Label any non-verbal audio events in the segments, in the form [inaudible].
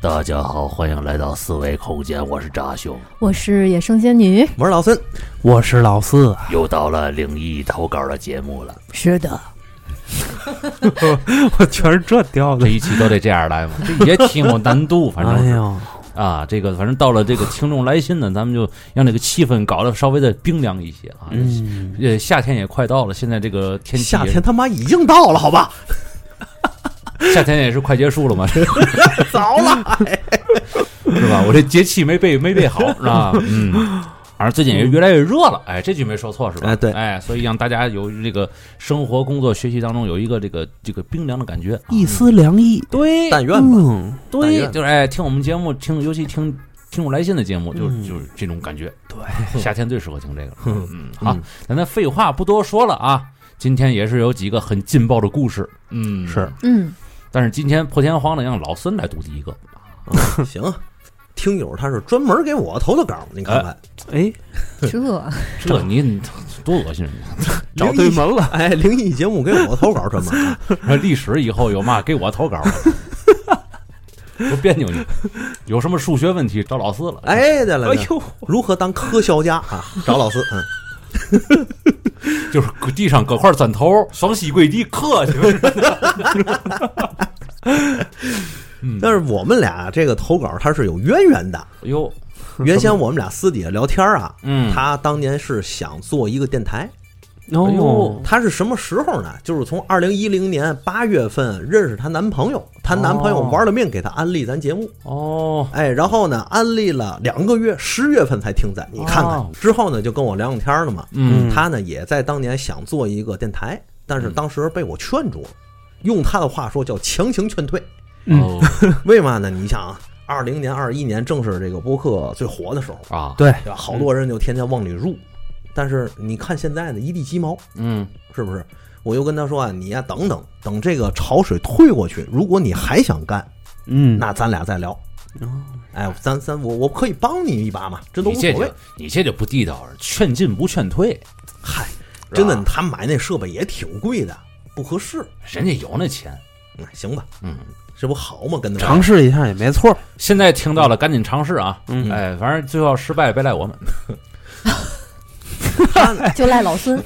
大家好，欢迎来到四维空间，我是扎兄。我是野生仙女。我是老孙，我是老四，啊又到了灵异投稿的节目了，是的，我 [laughs] 全是这调这子。一期都得这样 [laughs] 来嘛，这也挺有难度，反哎正呦，啊，这个反正到了这个听众来信呢，咱们就让这个气氛搞得稍微的冰凉一些啊。嗯，呃，夏天也快到了，现在这个天气夏天他妈已经到了，好吧，夏天也是快结束了嘛， [laughs] 是 [laughs] 早了。哎吧？我这节气没备没备好，[laughs] 是吧？嗯，反正最近也越来越热了，哎，这句没说错是吧？哎对哎，所以让大家有这个生活、工作、学习当中有一个这个这个冰凉的感觉。啊一丝凉意。对，但愿吧，嗯，但对，愿就是哎，听我们节目，听尤其听听我来信的节目，就是、就是这种感觉。对，夏天最适合听这个了。嗯，好，咱咱废话不多说了啊。今天也是有几个很劲爆的故事，嗯，是，嗯，但是今天破天荒的让老孙来读第一个， [laughs] 行。听友他是专门给我投的稿，你看看，哎，这这你多恶心人找对门了。哎，灵异节目给我投稿专门， [laughs] 啊！历史以后有嘛给我投稿， [laughs] 多别扭你。有什么数学问题找老四了。哎，对了，哎对了呦，如何当科学家啊？找老师，嗯，就是搁地上搁块砖头，双膝跪地磕去。嗯但是我们俩这个投稿它是有渊源的。哟，原先我们俩私底下聊天啊，嗯，他当年是想做一个电台，哎哦呦，他是什么时候呢？就是从二零一零年八月份认识她男朋友，她男朋友哦玩了命给她安利咱节目，哦，哎，然后呢，安利了两个月，十月份才停载。你看看哦之后呢，就跟我聊聊天了嘛。嗯他呢也在当年想做一个电台，但是当时被我劝住了，用他的话说叫强行劝退。 [laughs] 嗯哦为嘛呢？你想啊，二零年、二一年正是这个播客最火的时候，啊，对，对吧？好多人就天天往里入，但是你看现在呢，一地鸡毛，嗯，是不是？我就跟他说啊，你呀、等等，等这个潮水退过去，如果你还想干，嗯，那咱俩再聊。哎，咱咱我我可以帮你一把嘛，这都无哦你所这谓就。你这就不地道了，劝进不劝退，嗨，是吧真的，他买那设备也挺贵的，不合适。人家有那钱。嗯行吧，嗯，这不好吗？跟他尝试一下也没错。现在听到了，赶紧尝试啊！嗯哎，反正最后要失败了别赖我们。他呢就赖老孙。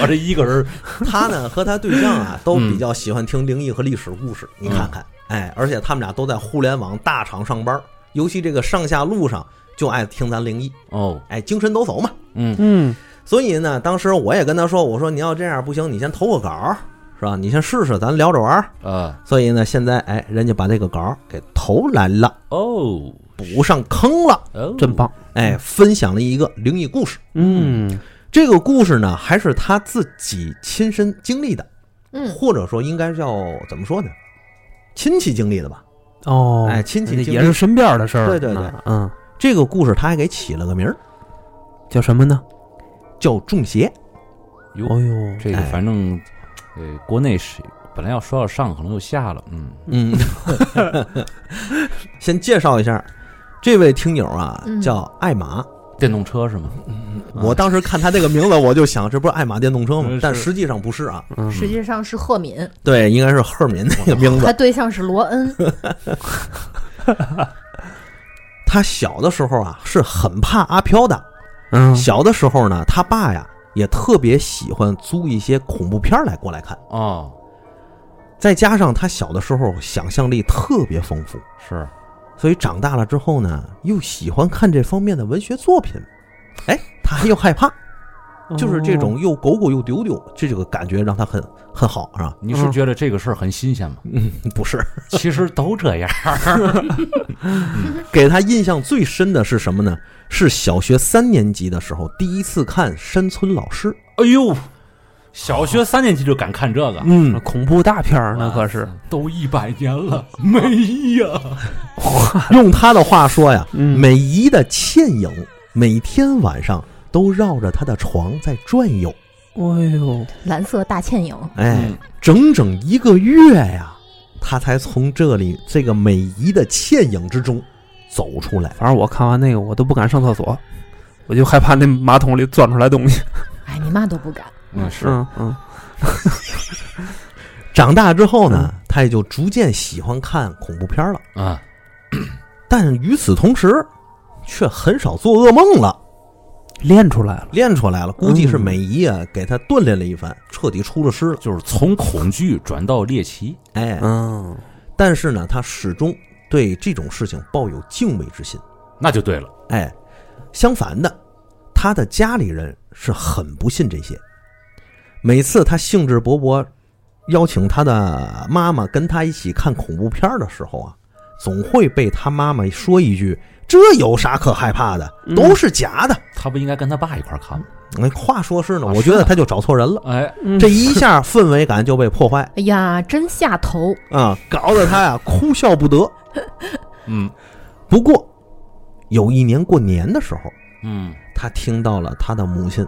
我这一个人， [laughs] 他呢和他对象啊都嗯比较喜欢听灵异和历史故事，你看看，哎，而且他们俩都在互联网大厂上班，尤其这个上下路上就爱听咱灵异，哦，哎，精神抖擞嘛。嗯嗯，所以呢，当时我也跟他说，我说你要这样不行，你先投个稿，是吧？你先试试，咱聊着玩儿。呃，所以呢，现在哎，人家把这个稿给投来了，哦补上坑了，哦，真棒。哎，分享了一个灵异故事。嗯，这个故事呢，还是他自己亲身经历的，嗯，或者说应该叫怎么说呢？亲戚经历的吧。哦，哎亲戚经历也是身边的事儿。对对对那，嗯，这个故事他还给起了个名儿，叫什么呢？叫中邪。哟哦，呦，这个哎反正，呃，国内是本来要说要上，可能又下了。嗯，嗯， [laughs] 先介绍一下，这位听友啊嗯，叫艾玛。电动车是吗？我当时看他这个名字，我就想，这不是爱玛电动车吗嗯？但是实际上不是啊，嗯实际上是赫敏，对，应该是赫敏那个名他字。对象是罗恩。他小的时候啊，是很怕阿飘的。嗯，小的时候呢，他爸呀也特别喜欢租一些恐怖片儿来过来看。哦，再加上他小的时候想象力特别丰富，是，所以长大了之后呢，又喜欢看这方面的文学作品。哎，他还又害怕，就是这哦种又狗狗又丢丢，这个感觉让他很很好，是吧？你嗯是觉得这个事儿很新 [laughs] 鲜吗？嗯，不是。其实都这样。给他印象最深的是什么呢？是小学三年级的时候第一次看《山村老师》。哎呦，小学三年级就敢看这个，哦嗯，恐怖大片儿，那可是都一百年了，没呀！用他的话说呀，嗯美姨的倩影每天晚上都绕着他的床在转悠，哎呦，蓝色大倩影，哎嗯，整整一个月呀，他才从这里这个美姨的倩影之中走出来。反正我看完那个，我都不敢上厕所，我就害怕那马桶里钻出来东西。哎，嗯嗯你嘛都不敢。嗯，是，嗯嗯，嗯长大之后呢，他他也就逐渐喜欢看恐怖片了。嗯啊，但与此同时，却很少做噩梦了。练出来了，练出来了，估计是美姨啊给他锻炼了一番，彻底出了师了。嗯就是从恐惧转到猎奇，哎，嗯，但是呢，他始终对这种事情抱有敬畏之心。那就对了。哎，相反的，他的家里人是很不信这些。每次他兴致勃勃邀请他的妈妈跟他一起看恐怖片的时候啊，总会被他妈妈说一句：“这有啥可害怕的？嗯都是假的。他不应该跟他爸一块儿看吗？哎，话说是呢，啊我觉是得啊他就找错人了。哎，嗯这一下氛围感就被破 [laughs] 坏哎呀，真下头，啊，搞得他呀、哭笑不得。嗯不过，有一年过年的时候，嗯，他听到了他的母亲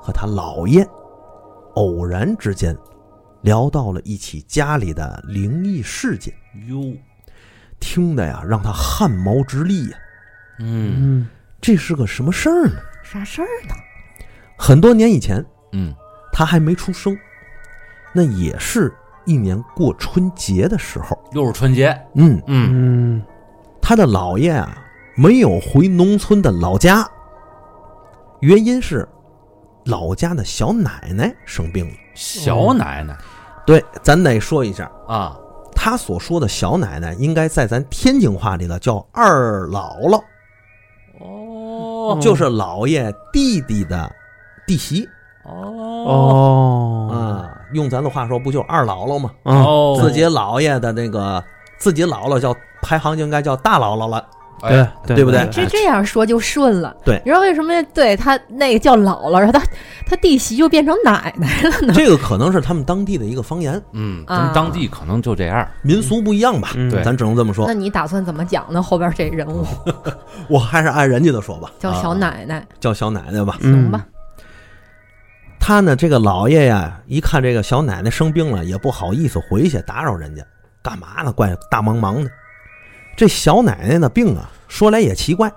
和他姥爷偶然之间聊到了一起家里的灵异事件，哟，听的呀让他汗毛直立呀、嗯嗯这是个什么事儿呢？啥事儿呢？很多年以前，嗯他还没出生，那也是一年过春节的时候。又是春节，嗯，嗯嗯，他的姥爷啊没有回农村的老家，原因是老家的小奶奶生病了。小奶奶对，咱得说一下，啊，他所说的小奶奶，应该在咱天津话里呢叫二姥姥，哦就是姥爷弟弟的弟媳哦哦啊。用咱的话说，不就二姥姥吗？哦，自己姥爷的那个自己姥姥叫排行就应该叫大姥姥了。哎对对不对这这样说就顺了。对你知道为什么对他那个叫姥姥，然后他他弟媳就变成奶奶了呢？这个可能是他们当地的一个方言，嗯，咱们当地可能就这样。民俗不一样吧？嗯对咱只能这么说啊那。你打算怎么讲呢？后边这人物我还是按人家的说吧，叫小奶奶，叫小奶奶吧。行吧？他呢，这个姥爷呀，一看这个小奶奶生病了，也不好意思回去打扰人家，干嘛呢？怪大忙忙的。这小奶奶的病啊，说来也奇怪，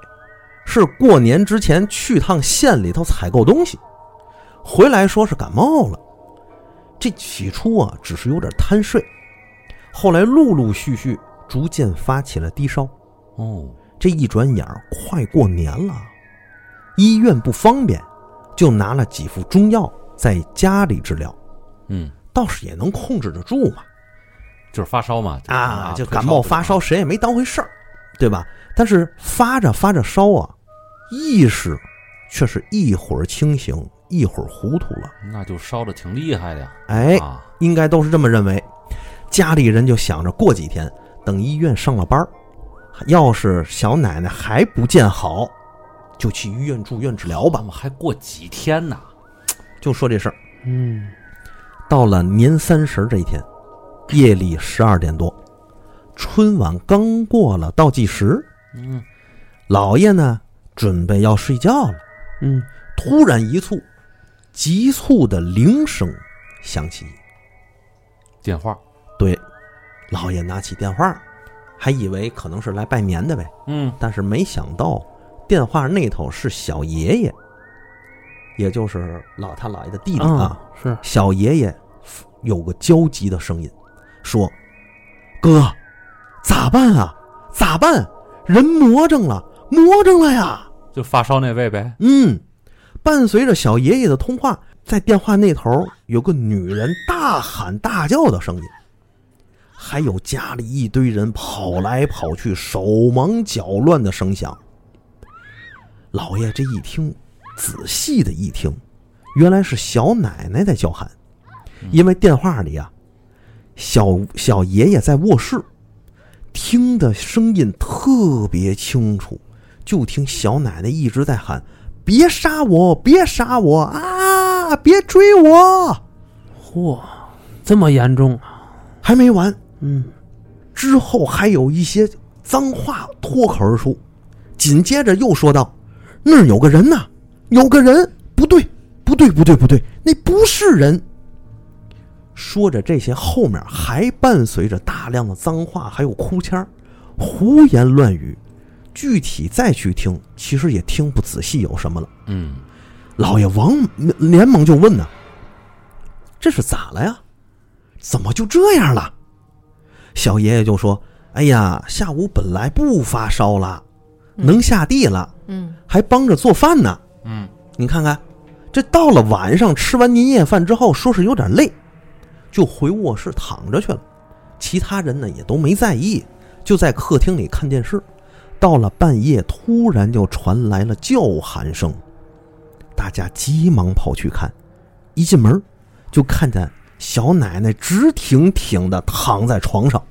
是过年之前去趟县里头采购东西，回来说是感冒了。这起初啊，只是有点贪睡，后来陆陆续续逐渐发起了低烧。哦，这一转眼儿快过年了，医院不方便，就拿了几副中药在家里治疗，嗯，倒是也能控制得住嘛。就是发烧嘛，啊，就感冒发烧，，谁也没当回事儿，对吧？但是发着发着烧啊，意识却是一会儿清醒，一会儿糊涂了。那就烧的挺厉害的呀。哎，啊，应该都是这么认为。家里人就想着过几天，等医院上了班儿，要是小奶奶还不见好，就去医院住院治疗吧我。们还过几天呢？就说这事儿，嗯到了年三十这一天，夜里十二点多，春晚刚过了倒计时，嗯，老爷呢准备要睡觉了，嗯，突然一促，急促的铃声响起。电话，对，老爷拿起电话，还以为可能是来拜年的呗，嗯，但是没想到电话那头是小爷爷，也就是老他姥爷的弟弟啊。啊是小爷爷有个焦急的声音，说：“哥，咋办啊？咋办？人魔怔了，魔怔了呀就发烧那位呗！”。嗯，伴随着小爷爷的通话，在电话那头有个女人大喊大叫的声音，还有家里一堆人跑来跑去、手忙脚乱的声响。老爷这一听，仔细的一听，原来是小奶奶在叫喊，因为电话里啊，小小爷爷在卧室，听的声音特别清楚，就听小奶奶一直在喊：“别杀我，别杀我啊，别追我嚯，这么严重啊！！”还没完，嗯，之后还有一些脏话脱口而出，紧接着又说道：“那儿有个人呐、有个人，不对，不对，不对，不对，那不是人。”说着这些，后面还伴随着大量的脏话，还有哭腔儿、胡言乱语。具体再去听，其实也听不仔细有什么了。嗯，老爷王连忙就问呢：“这是咋了呀？怎么就这样了？”小爷爷就说：“哎呀，下午本来不发烧了，嗯能下地了，嗯还帮着做饭呢。嗯你看看，这到了晚上吃完年夜饭之后，说是有点累，就回卧室躺着去了。其他人呢也都没在意，就在客厅里看电视。到了半夜，突然就传来了叫喊声，大家急忙跑去看。一进门，就看见小奶奶直挺挺的躺在床上，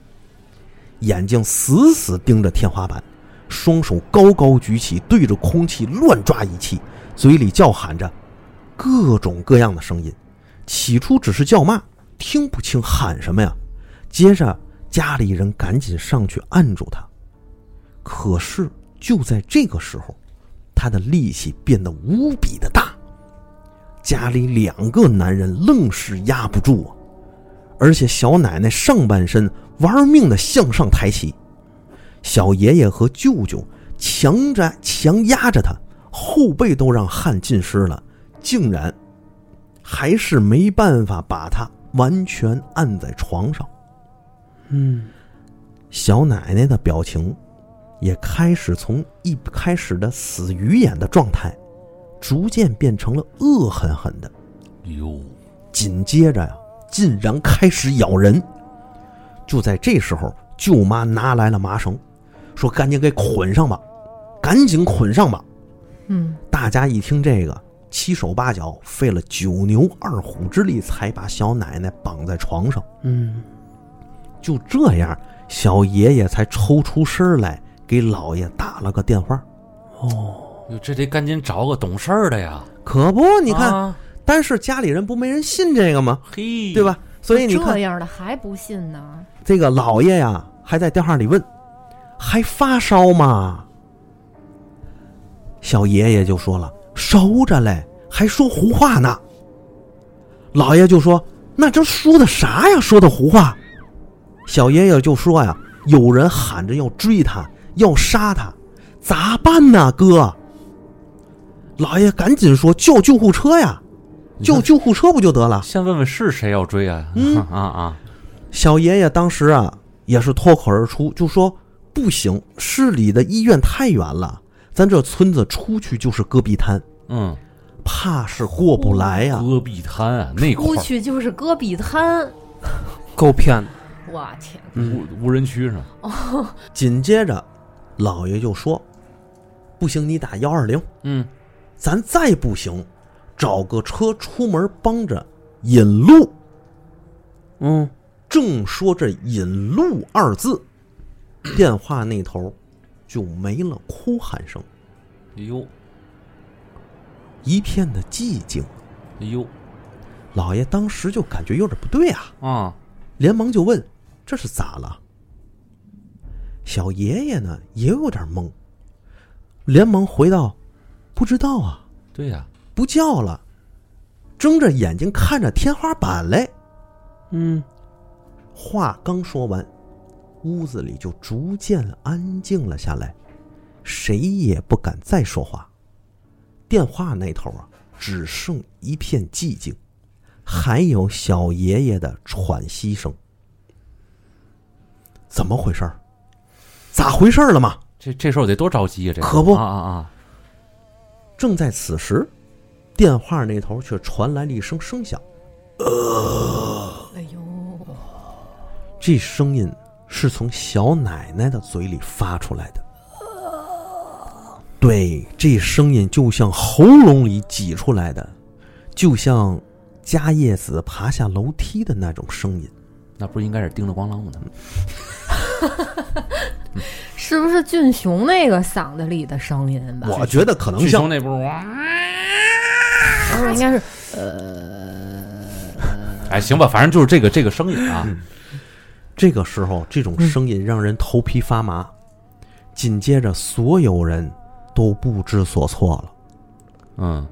眼睛死死盯着天花板，双手高高举起，对着空气乱抓一气，嘴里叫喊着各种各样的声音。起初只是叫骂，听不清喊什么呀。接着家里人赶紧上去按住他，可是就在这个时候，他的力气变得无比的大，家里两个男人愣是压不住啊。而且小奶奶上半身玩命的向上抬起，小爷爷和舅舅强摘强压着他，后背都让汗浸湿了，竟然还是没办法把他完全按在床上。嗯，小奶奶的表情也开始从一开始的死鱼眼的状态，逐渐变成了恶狠狠的。哟，紧接着呀、竟然开始咬人。就在这时候，舅妈拿来了麻绳，说：“赶紧给捆上吧，赶紧捆上吧。”嗯，大家一听这个，七手八脚，费了九牛二虎之力，才把小奶奶绑在床上。嗯，就这样，小爷爷才抽出身儿来，给老爷打了个电话。哟，这得赶紧找个懂事儿的呀！可不，你看，啊但是家里人不没人信这个吗？嘿，对？吧？所以你看这，样的还不信呢？这个老爷呀，还在电话里问：“还发烧吗？”小爷爷就说了：“烧着嘞，还说胡话呢。”老爷就说：“那这说的啥呀？说的胡话。”小爷爷就说呀：“有人喊着要追他，要杀他，咋办呢，哥？”老爷赶紧说：“叫救护车呀，叫救护车不就得了？”先问问是谁要追啊？嗯 [laughs] 啊啊！小爷爷当时啊也是脱口而出，就说：“不行，市里的医院太远了，咱这村子出去就是戈壁滩，嗯，怕是过不来哎呀、戈壁滩啊那块出儿去就是戈壁滩，够骗的。我天！嗯，无无人区上，紧接着，老爷就说：“不行，你打幺二零，嗯，咱再不行，找个车出门帮着引路。”嗯，正说这“引路”二字，电话那头就没了哭喊声，哎呦一片的寂静。哎呦老爷当时就感觉有点不对啊，啊，连忙就问：“这是咋了？”小爷爷呢也有点懵，连忙回道：“不知道啊，对呀，不叫了。”睁着眼睛看着天花板嘞。嗯，话刚说完，屋子里就逐渐安静了下来，谁也不敢再说话。电话那头啊，只剩一片寂静，还有小爷爷的喘息声。怎么回事儿？咋回事儿了吗？这这事儿得多着急呀！这个可不啊啊啊！正在此时，电话那头却传来了一声声响，哎呦，这声音是从小奶奶的嘴里发出来的。对，这声音就像喉咙里挤出来的，就像伽叶子爬下楼梯的那种声音。那不是应该是叮了咣啷吗？他们是不是俊雄那个嗓子里的声音吧？啊我觉得可能巨像熊那不是哇？不是，应该是哎，行吧，反正就是这个这个声音 [laughs] 啊，这个时候，这种声音让人头皮发麻。紧接着，所有人都不知所措了。嗯，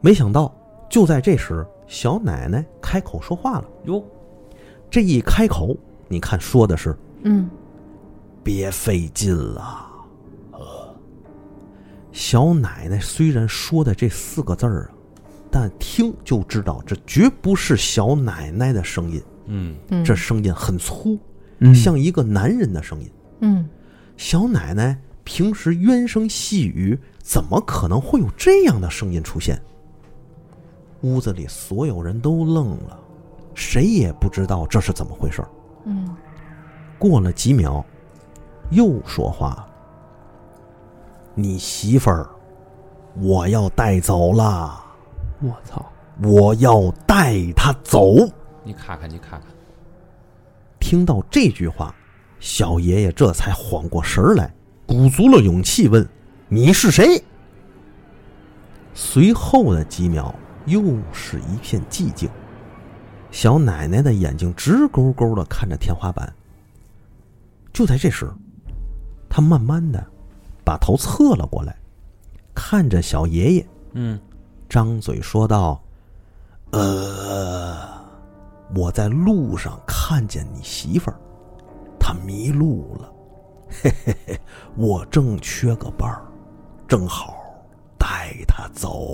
没想到，就在这时，小奶奶开口说话了。哟，这一开口，你看说的是嗯，别费劲了。呃小奶奶虽然说的这四个字儿啊，但听就知道这绝不是小奶奶的声音，嗯嗯这声音很粗，嗯，像一个男人的声音。嗯小奶奶平时怨声细语，怎么可能会有这样的声音出现？屋子里所有人都愣了，谁也不知道这是怎么回事儿。嗯过了几秒，又说话了：“你媳妇儿，我要带走啦，我操，我要带她走。”你看看，你看看，听到这句话，小爷爷这才缓过神儿来，鼓足了勇气问：“你是谁？”随后的几秒，又是一片寂静。小奶奶的眼睛直勾勾的看着天花板。就在这时，她慢慢的把头侧了过来，看着小爷爷，嗯，张嘴说道：“呃，我在路上看见你媳妇儿，她迷路了，嘿嘿嘿，我正缺个伴儿，正好带她走。”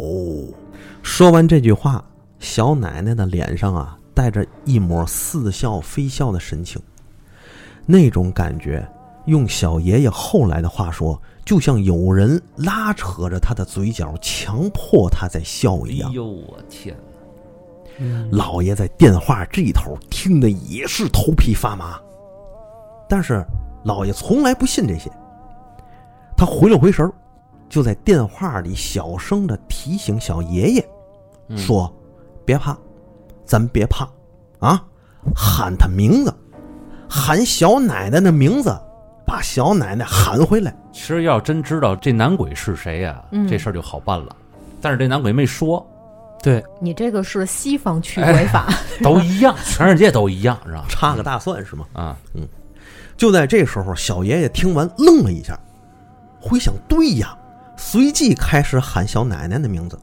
说完这句话，小奶奶的脸上啊带着一抹似笑非笑的神情，那种感觉。用小爷爷后来的话说，就像有人拉扯着他的嘴角，强迫他在笑一样哎。呦我天，嗯老爷在电话这头听的也是头皮发麻，但是老爷从来不信这些。他回了回神儿，就在电话里小声的提醒小爷爷嗯说：“别怕，咱别怕啊！喊他名字，喊小奶奶的名字，把小奶奶喊回来。其实要真知道这男鬼是谁呀、嗯这事儿就好办了。但是这男鬼没说，对，你这个是西方驱鬼法，哎都 [laughs] 一样，全世界都一样，是吧”？插个大蒜是吗？啊，就在这时候，小爷爷听完愣了一下，回想对呀，随即开始喊小奶奶的名字。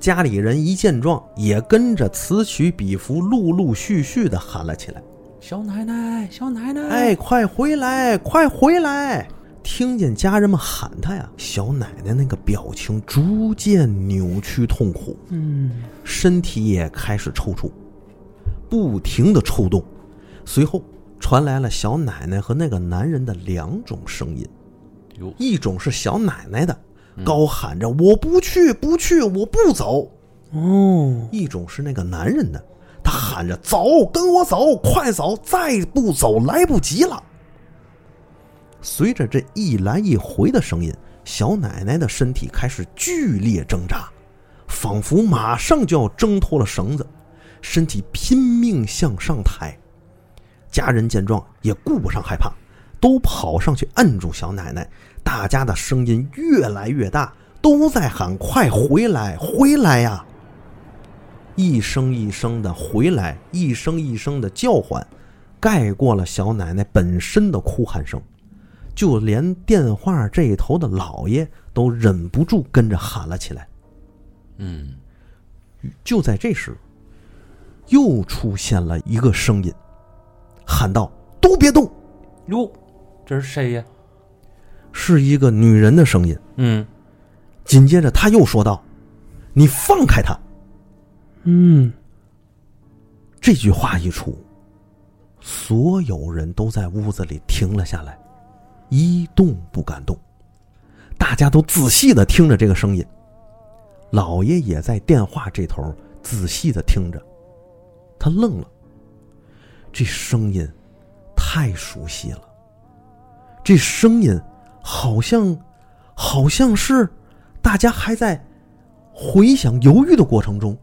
家里人一见状，也跟着此起彼伏，陆陆续续的喊了起来小奶奶，小奶奶，：“哎，快回来，快回来！”听见家人们喊他呀，小奶奶那个表情逐渐扭曲痛苦，嗯，身体也开始抽搐，不停的抽动。随后传来了小奶奶和那个男人的两种声音哟，一种是小奶奶的，高喊着“我不去，不去，我不走哦”；，一种是那个男人的，他喊着“走，跟我走，快走，再不走来不及了”。随着这一来一回的声音，小奶奶的身体开始剧烈挣扎，仿佛马上就要挣脱了绳子，身体拼命向上抬。家人见状也顾不上害怕，都跑上去摁住小奶奶。大家的声音越来越大，都在喊：“快回来，回来呀！”一声一声的回来，一声一声的叫唤，盖过了小奶奶本身的哭喊声。就连电话这头的老爷都忍不住跟着喊了起来。嗯，就在这时，又出现了一个声音，喊道：“都别动哟，这是谁呀？！”是一个女人的声音。嗯，紧接着他又说道：“你放开他嗯，！”这句话一出，所有人都在屋子里停了下来，一动不敢动。大家都仔细的听着这个声音，老爷也在电话这头仔细的听着，他愣了，这声音太熟悉了，这声音好像好像是大家还在回想犹豫的过程中，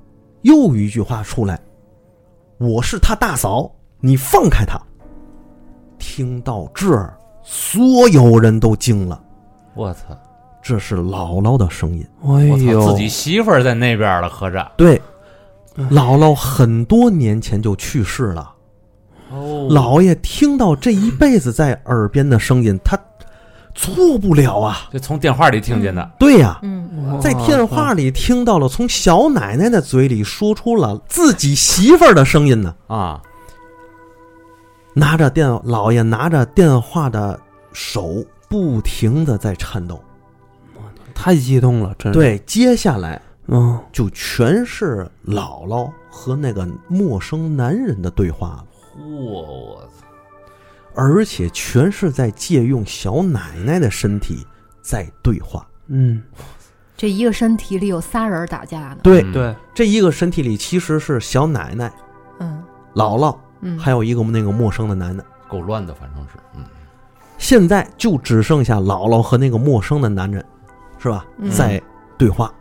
又一句话出来：“我是他大嫂，你放开他。”听到这儿，所有人都惊了。我操，这是姥姥的声音。哎我呦，操，自己媳妇儿在那边了，合着对，姥姥很多年前就去世了。哦姥爷听到这一辈子在耳边的声音，他错不了啊。这从电话里听见的，对呀、嗯在电话里听到了从小奶奶的嘴里说出了自己媳妇儿的声音呢。啊，拿着电，姥爷拿着电话的手不停的在颤抖。太激动了，真是，对，接下来嗯，就全是姥姥和那个陌生男人的对话了。嚯，我操，而且全是在借用小奶奶的身体在对话。嗯，这一个身体里有仨人打架呢。嗯对，对，这一个身体里其实是小奶奶、嗯姥姥，嗯，还有一个那个陌生的男的。够乱的，反正是，嗯，现在就只剩下姥姥和那个陌生的男人，是吧？嗯在对话。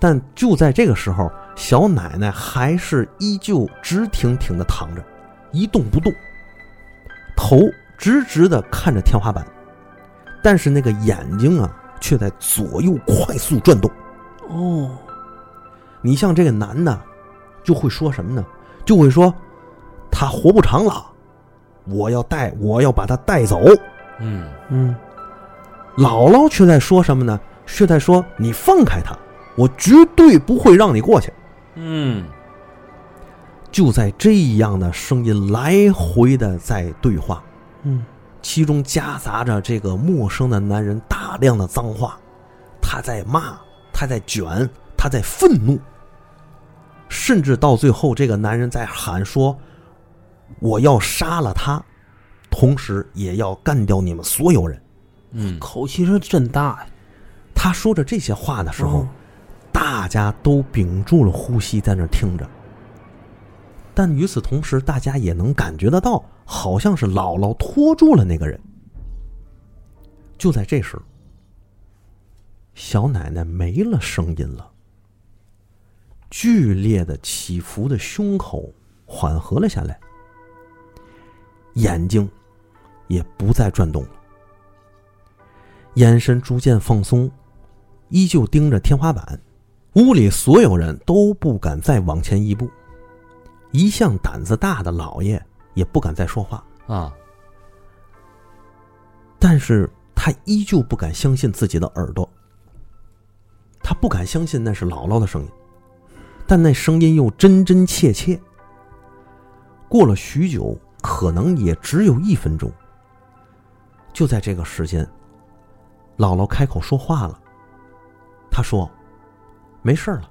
但就在这个时候，小奶奶还是依旧直挺挺的躺着，一动不动，头直直的看着天花板，但是那个眼睛啊，却在左右快速转动。哦，你像这个男的，就会说什么呢？就会说他活不长了，我要带，我要把他带走。嗯，嗯，姥姥却在说什么呢？却在说你放开他，我绝对不会让你过去。嗯，就在这样的声音来回的在对话，嗯，其中夹杂着这个陌生的男人大量的脏话，他在骂，他在卷，他在愤怒，甚至到最后，这个男人在喊说：“我要杀了他，同时也要干掉你们所有人。嗯，口气是真大呀。”他说着这些话的时候，哦大家都屏住了呼吸，在那儿听着。但与此同时，大家也能感觉得到，好像是姥姥拖住了那个人。就在这时，小奶奶没了声音了，剧烈的起伏的胸口缓和了下来，眼睛也不再转动了，眼神逐渐放松，依旧盯着天花板。屋里所有人都不敢再往前一步，一向胆子大的老爷也不敢再说话，啊，但是他依旧不敢相信自己的耳朵，他不敢相信那是姥姥的声音，但那声音又真真切切。过了许久，可能也只有一分钟，就在这个时间，姥姥开口说话了，她说：“没事儿了，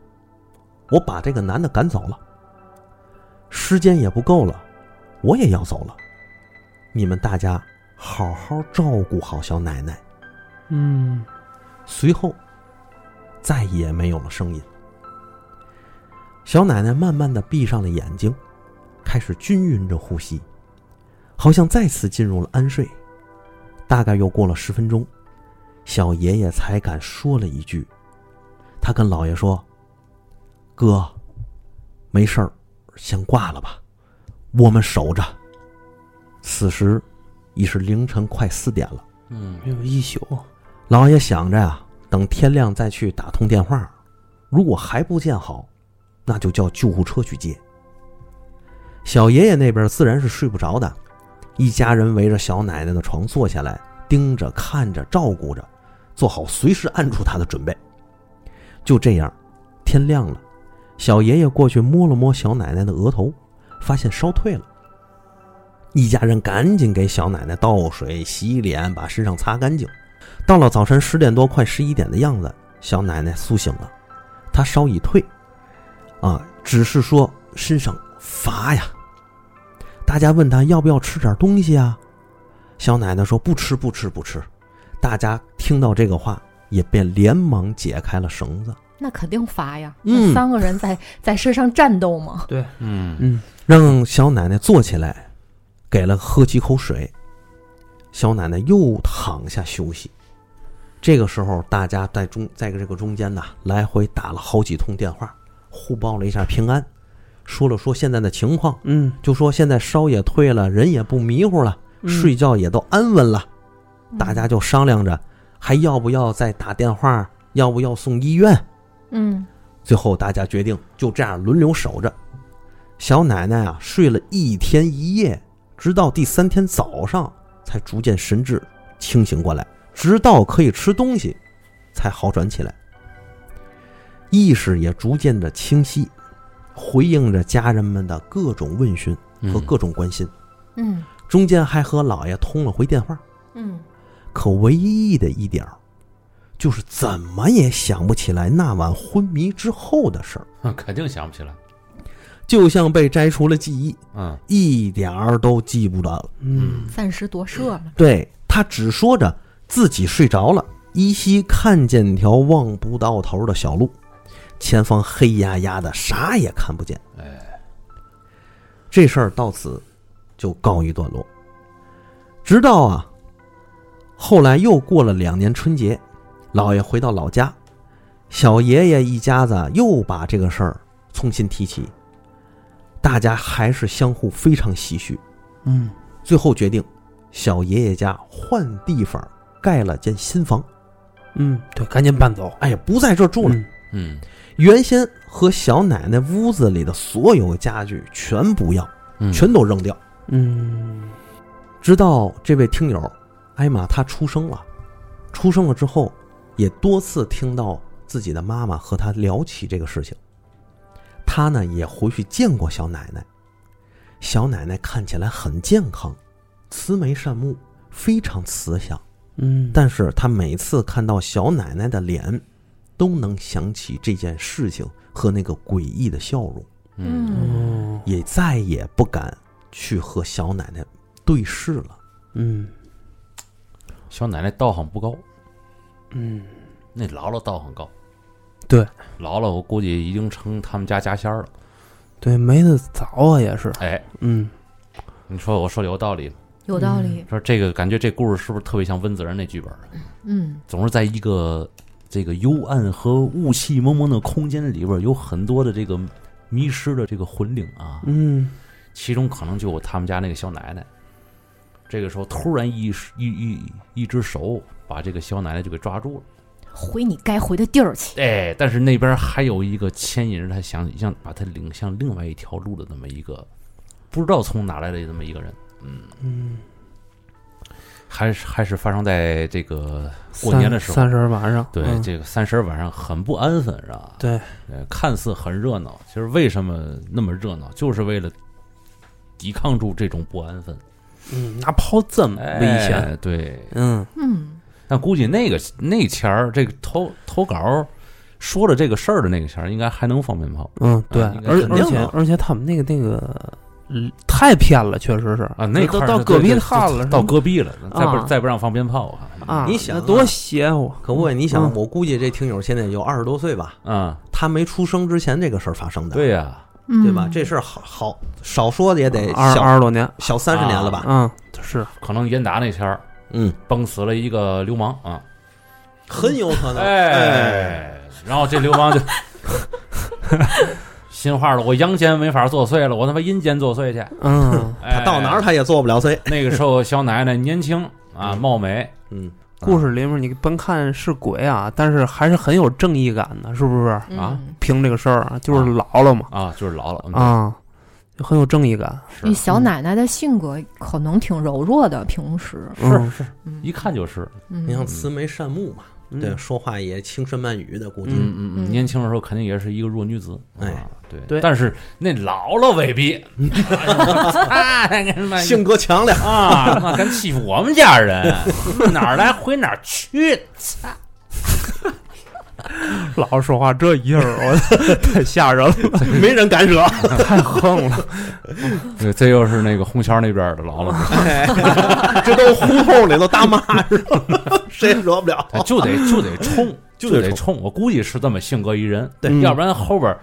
我把这个男的赶走了，时间也不够了，我也要走了，你们大家好好照顾好小奶奶。嗯，随后，再也没有了声音。小奶奶慢慢的闭上了眼睛，开始均匀着呼吸，好像再次进入了安睡。大概又过了十分钟，小爷爷才敢说了一句：“他跟老爷说，哥，没事儿，先挂了吧，我们守着。”此时已是凌晨快四点了。嗯，没有一宿。老爷想着呀、等天亮再去打通电话，如果还不见好，那就叫救护车去接。小爷爷那边自然是睡不着的，一家人围着小奶奶的床坐下来，盯着、看着、照顾着，做好随时按住她的准备。就这样，天亮了，小爷爷过去摸了摸小奶奶的额头，发现烧退了。一家人赶紧给小奶奶倒水、洗脸，把身上擦干净。到了早晨十点多，快十一点的样子，小奶奶苏醒了，她烧已退，啊，只是说身上乏呀。大家问她要不要吃点东西啊？小奶奶说不吃，不吃，不吃。大家听到这个话，也便连忙解开了绳子，那肯定罚呀。嗯那三个人在 [laughs] 在身上战斗嘛。嗯，嗯，让小奶奶坐起来，给了喝几口水。小奶奶又躺下休息。这个时候，大家在中在这个中间呢，来回打了好几通电话，互报了一下平安，说了说现在的情况，嗯，就说现在烧也退了，人也不迷糊了，嗯睡觉也都安稳了。嗯大家就商量着，还要不要再打电话，要不要送医院？嗯最后大家决定就这样轮流守着。小奶奶啊，睡了一天一夜，直到第三天早上才逐渐神志清醒过来，直到可以吃东西，才好转起来。意识也逐渐的清晰，回应着家人们的各种问询和各种关心。嗯中间还和姥爷通了回电话，嗯可唯一的一点儿，就是怎么也想不起来那晚昏迷之后的事儿。嗯肯定想不起来，就像被摘除了记忆，嗯一点儿都记不得了。嗯，暂时夺舍了。对他只说着自己睡着了，依稀看见条望不到头的小路，前方黑压压的，啥也看不见。哎，这事儿到此就告一段落。直到啊，后来又过了两年春节，老爷回到老家，小爷爷一家子啊又把这个事儿重新提起，大家还是相互非常唏嘘。嗯，最后决定，小爷爷家换地方盖了间新房，嗯，对，赶紧搬走，哎呀，不在这住了。嗯嗯原先和小奶奶屋子里的所有家具全不要，嗯，全都扔掉。嗯，直到这位听友艾玛她出生了，出生了之后，也多次听到自己的妈妈和她聊起这个事情。她呢也回去见过小奶奶，小奶奶看起来很健康，慈眉善目，非常慈祥。嗯，但是她每次看到小奶奶的脸，都能想起这件事情和那个诡异的笑容，嗯哦，也再也不敢去和小奶奶对视了。嗯小奶奶道行不高，嗯，那姥姥道行高。对，姥姥我估计已经成他们家家仙儿了。对，没得早啊，也是，哎，嗯，你说我说的有道理吗？有道理，说这个感觉这故事是不是特别像温子仁那剧本啊？嗯，总是在一个这个幽暗和雾气蒙蒙的空间里边，有很多的这个迷失的这个魂灵啊，嗯，其中可能就有他们家那个小奶奶。这个时候突然一一一一只手把这个小奶奶就给抓住了，回你该回的地儿去。哎，但是那边还有一个牵引着他想想把他领向另外一条路的那么一个，不知道从哪来的那么一个人，嗯，还是还是发生在这个过年的时候三三十儿晚上，对，嗯这个三十晚上很不安分，是吧？对呃，看似很热闹，其实为什么那么热闹，就是为了抵抗住这种不安分。嗯，拿炮这么危险，哎对。嗯嗯，但估计那个那前儿，这个投投稿说了这个事儿的那个前儿，应该还能放鞭炮嗯，对，啊应该而肯而定且的而且他们那个那个嗯太偏了，确实是啊！那都块儿到对戈对壁对滩了，到是吗戈壁了，再不啊再不让放鞭炮啊！啊，你想啊那多邪乎，可我你想，嗯我估计这听友现在也就二十多岁吧，啊，他没出生之前这个事儿发生的，对呀，嗯对吧？这事儿好好少说也得嗯二小二十多年，小三十年了吧？嗯，是，可能严达那前儿嗯，崩死了一个流氓啊！很有可能。哎，哎，然后这流氓就心话了，我阳间没法作祟了，我他妈阴间作祟去。嗯，哎他到哪儿他也做不了贼。那个时候小奶奶年轻啊，貌美，嗯，故事里面你甭看是鬼啊，但是还是很有正义感的，是不是？啊嗯凭这个事儿啊，就啊是老了嘛，啊，就是老了，啊，就很有正义感，是那嗯小奶奶的性格可能挺柔弱的，平时，嗯是是，嗯一看就是，嗯你像慈眉善目嘛，嗯对，说话也轻声慢语的，估计嗯嗯嗯，嗯年轻的时候肯定也是一个弱女子，哎啊，对对但是那老了未 [laughs] 必，哎啊那个他妈性格强亮。啊，那敢欺负我们家 [laughs] 人，哪儿来回哪儿去，老是说话这一下儿，我 [laughs] 太吓人了，没人敢惹。太横了，对，这又是那个红桥那边的老了。哎这都胡同里头大妈知道吗，谁也惹不了。哎就得就得冲， [laughs] 就得得冲。我估计是这么性格一人，对要不然后边儿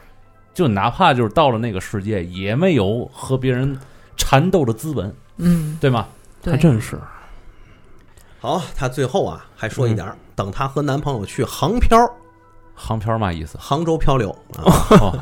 就哪怕就是到了那个世界，也没有和别人缠斗的资本，嗯，对吗？对，还真是，好，她最后啊还说嗯一点儿，等她和男朋友去杭漂，航漂嘛意思？杭州漂流啊。哦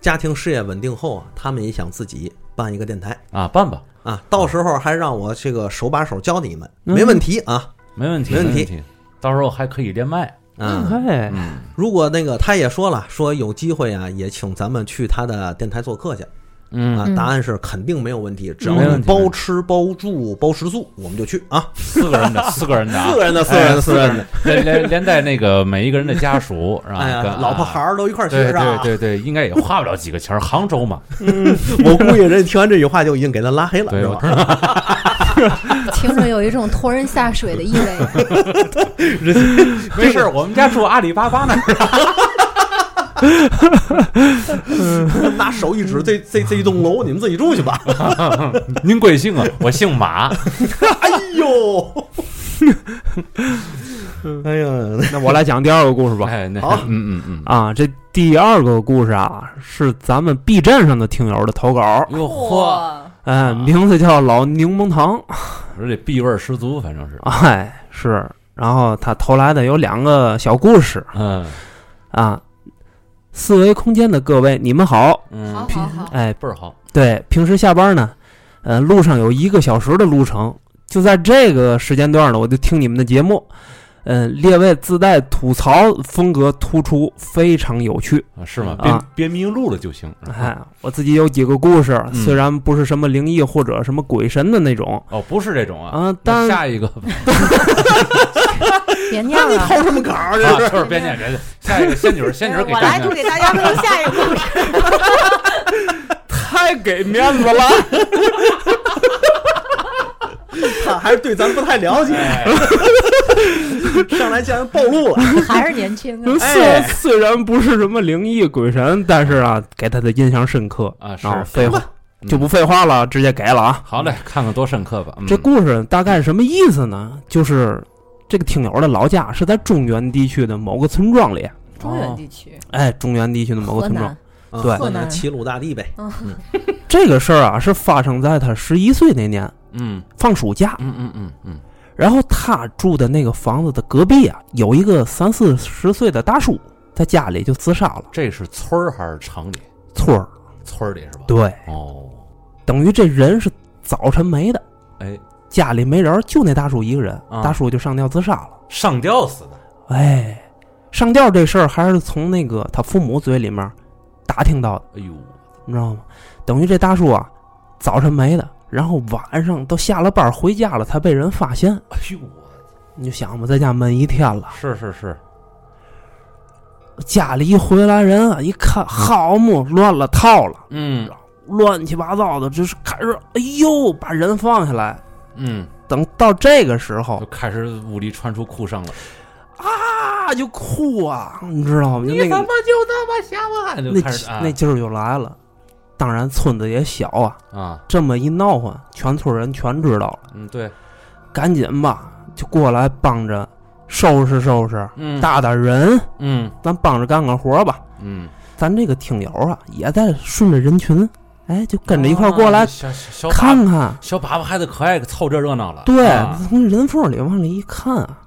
家庭事业稳定后啊，他们也想自己办一个电台啊，办吧，啊，到时候还让我这个手把手教你们，嗯没问题啊没问题，没没问问题题。到时候还可以连麦，啊！哎，如果那个他也说了，说有机会啊，也请咱们去他的电台做客去嗯，啊。嗯答案是肯定没有问题，只要没问你题包吃包住包食宿，我们就去啊。四个人的，四个人的啊哎四，个人的，四个人的，四个人的，连连连带那个每一个人的家 [laughs] 属，是吧哎呀，跟啊老婆孩。儿都一块儿去对是对吧？对对，应该也花不了几个钱儿。杭 [laughs] 州嘛，我估计人听完这句话就已经给他拉黑了，对是我吧？知道。听着有一种拖人下水的意 [laughs] 味。没事儿，我们家住阿里巴巴那儿。 [laughs] 拿手一指，这这这一栋楼你们自己住去 [laughs] 吧。 [laughs] 您贵姓啊？我姓马。哎 [laughs] 呦，哎呀，那我来讲第二个故事吧。哎，那好 [laughs] 嗯嗯嗯，啊，这第二个故事啊，是咱们 B 站上的听友的投稿，哟呵，嚯，啊哎，名字叫老柠檬糖，我说这逼味儿十足，反正是，哎，是。然后他投来的有两个小故事嗯啊，四维空间的各位，你们好，嗯好，好好，哎，倍儿好，对，平时下班呢，呃，路上有一个小时的路程，就在这个时间段呢，我就听你们的节目，嗯、列位自带吐槽风格突出，非常有趣。啊是吗？别啊别迷路了就行。哎，我自己有几个故事，嗯虽然不是什么灵异或者什么鬼神的那种哦，不是这种啊，啊，那但下一个吧， [laughs] 别念那你了，掏什么杆儿？啊这是就是别念别念，下一个仙女儿仙女儿给我来大读家给大家读下一个 [laughs] 故事。太给面子了。他啊还是对咱不太了解，哎上来竟然暴露了。还是年轻啊， [laughs] 虽虽然不是什么灵异鬼神，但是啊，给他的印象深刻。啊是然后废话嗯就不废话了，直接给了啊。好嘞，看看多深刻吧。嗯这故事大概是什么意思呢？就是这个听友的老家是在中原地区的某个村庄里，中原地区，哎，中原地区的某河个村庄南。，对河南啊齐鲁大地呗，这个事儿啊，是发生在他十一岁那年嗯放暑假，嗯嗯嗯嗯然后他住的那个房子的隔壁啊，有一个三四十岁的大叔，在家里就自杀了。这是村儿还是城里？村儿村儿里是吧？对，哦，等于这人是早晨没的，哎，家里没人，就那大叔一个人，啊大叔就上吊自杀了。上吊死的。哎，上吊这事儿还是从那个他父母嘴里面打听到的，哎呦，你知道吗？等于这大叔啊，早晨没的，然后晚上都下了班回家了才被人发现。哎呦，你就想吧，在家闷一天了，是是是，家里一回来人啊，一看好么，乱了套了。嗯乱七八糟的，就是开始，哎呦，把人放下来。嗯，等到这个时候就开始屋里传出哭声了。啊，就哭啊，你知道吗？就那你怎么个就那么想我？就开那始劲啊那劲儿就来了。当然，村子也小啊，啊，这么一闹唤，全村人全知道了，嗯对，赶紧吧，就过来帮着收拾收拾，嗯大点人，嗯咱帮着干个活吧。嗯，咱这个听友啊，也在顺着人群，哎，就跟着一块儿过啊来小小小粑粑看看。小粑粑孩子可爱凑这热闹了。对啊，从人缝里往里一看啊，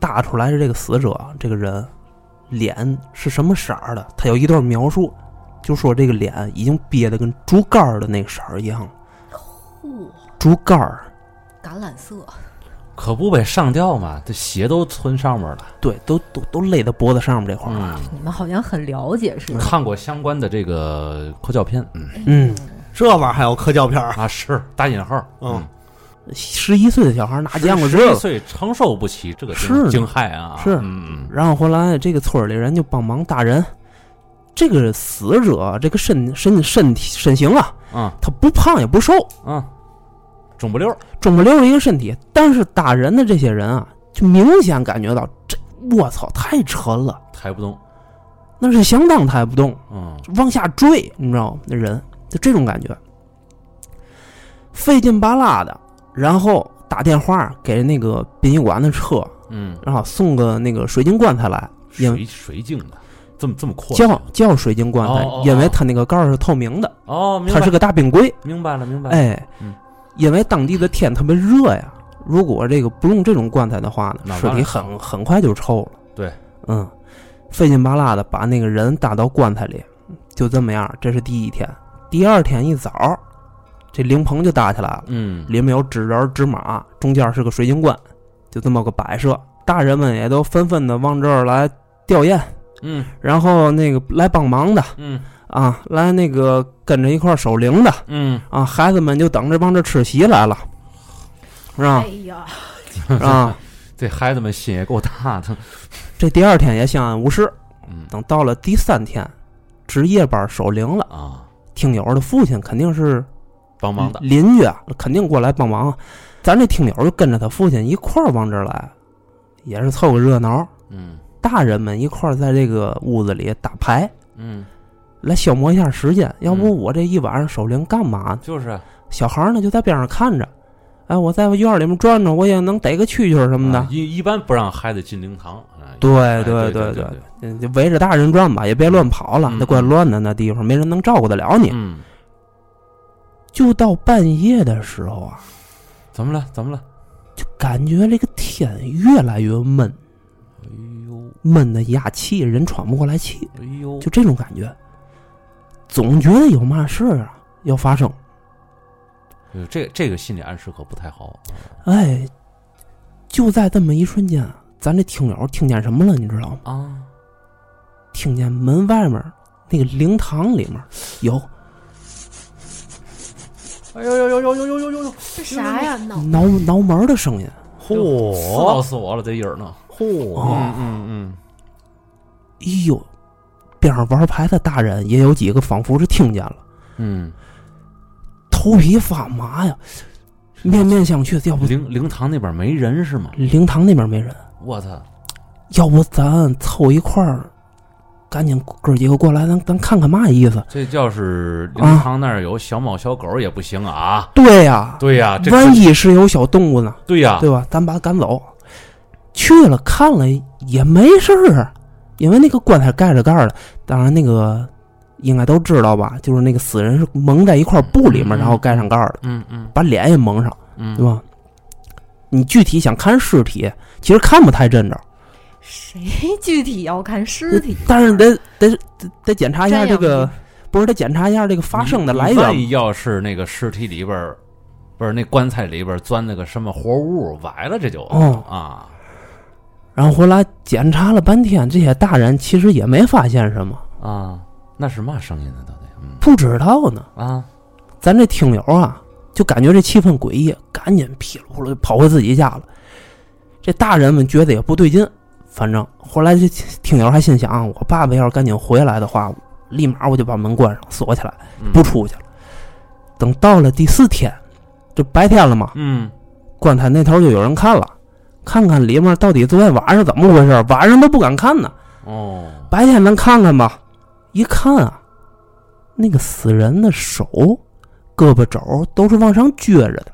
搭出来是这个死者这个人脸是什么色儿的？他有一段描述，就说这个脸已经憋得跟竹竿儿的那个色儿一样，嚯，竹竿儿，橄榄色，可不呗，上吊嘛，这血都存上面了。对，都都都勒到脖子上面这块儿。嗯，你们好像很了解似的，看过相关的这个科教片，嗯嗯，这玩意儿还有科教片儿，啊是打引号，嗯，十一岁的小孩哪见过这十一个？岁承受不起这个惊是呢惊骇啊！是嗯，然后后来这个村儿里人就帮忙打人。这个死者这个身身身体身形啊，嗯他不胖也不瘦，嗯，肿不溜儿，肿不溜的一个身体，但是打人的这些人啊，就明显感觉到这，我操，太沉了，抬不动，那是相当抬不动，嗯往下坠，你知道吗？那人就这种感觉，费劲巴拉的，然后打电话给那个殡仪馆的车，嗯，然后送个那个水晶棺材来，因为水水晶的，这么这么阔叫叫水晶棺材哦哦哦，因为它那个盖儿是透明的，哦，明它是白个大冰柜，明白了明白了，哎嗯，因为当地的天特别热呀，如果这个不用这种棺材的话那呢，完尸体了很很快就臭了。对，嗯，费劲巴拉的把那个人搭到棺材里，就这么样。这是第一天，第二天一早，这灵棚就搭起来了，嗯里面有纸人、纸马，中间是个水晶棺，就这么个摆设。大人们也都纷纷的往这儿来吊唁，嗯然后那个来帮忙的嗯啊，来那个跟着一块儿守灵的，嗯，啊，孩子们就等着帮着吃席来了，是吧哎？呀，啊是吧？这孩子们心也够大的，这第二天也相安无事。嗯等到了第三天，值夜班守灵了，啊，听友的父亲肯定是帮忙的，邻居啊，肯定过来帮忙啊。咱这听友就跟着他父亲一块儿往这儿来，也是凑个热闹。嗯大人们一块儿在这个屋子里打牌，嗯嗯，来消磨一下时间。要嗯不我这一晚上守灵干嘛呢？就是啊小孩儿呢就在边上看着，哎，我在院儿里面转转，我也能逮个蛐蛐儿什么的。啊一一般不让孩子进灵堂啊。对哎对对对，嗯就围着大人转吧，也别乱跑了，嗯那怪乱的那地方，没人能照顾得了你。嗯，就到半夜的时候啊，怎么了？怎么了？就感觉这个天越来越闷，哎呦，闷的压气，人喘不过来气，哎呦，就这种感觉，总觉得有嘛事儿啊要发生。呃这这个心理暗示可不太好。哎，就在这么一瞬间啊，咱这听友听见什么了，你知道吗？啊，听见门外面那个灵堂里面有哎呦呦呦呦呦呦呦呦呦，这啥呀？脑挠挠门的声音，刺到嚯死我了，这音儿呢？嚯，哦嗯嗯嗯，哎呦，边上玩牌的大人也有几个仿佛是听见了，嗯，头皮发麻呀，面面相觑，要不嗯灵灵堂那边没人是吗？灵堂那边没人，我操！要不咱凑一块儿，赶紧哥几个过来，咱咱看看嘛意思。这要是灵堂那儿有小猫小狗也不行啊！对呀、对呀、这万一是有小动物呢，对呀、对吧？咱把它赶走。去了看了也没事儿啊，因为那个棺材盖着盖儿的。当然，那个应该都知道吧，就是那个死人是蒙在一块布里面，嗯然后盖上盖儿的，嗯嗯把脸也蒙上，对嗯，吧？你具体想看尸体，其实看不太真着，谁具体要看尸体？嗯但是得得得得检查一下瞻这仰个吗，不是得检查一下这个发生的你来嗯万源。一要是那个尸体里边儿，不是那棺材里边儿钻那个什么活物，崴了这就、哦啊，然后回来检查了半天，这些大人其实也没发现什么，啊，那是嘛声音呢？到底？嗯不知道呢。啊，咱这听友啊，就感觉这气氛诡异，赶紧噼里啪啦就跑回自己家了。这大人们觉得也不对劲，反正后来这听友还心想，啊我爸爸要是赶紧回来的话，立马我就把门关上锁起来，嗯不，出去了。等到了第四天，这白天了嘛，嗯，棺材那头就有人看了，看看里面到底昨天晚上怎么回事，晚上都不敢看呢。哦，白天咱看看吧。一看啊，那个死人的手、胳膊肘都是往上撅着的，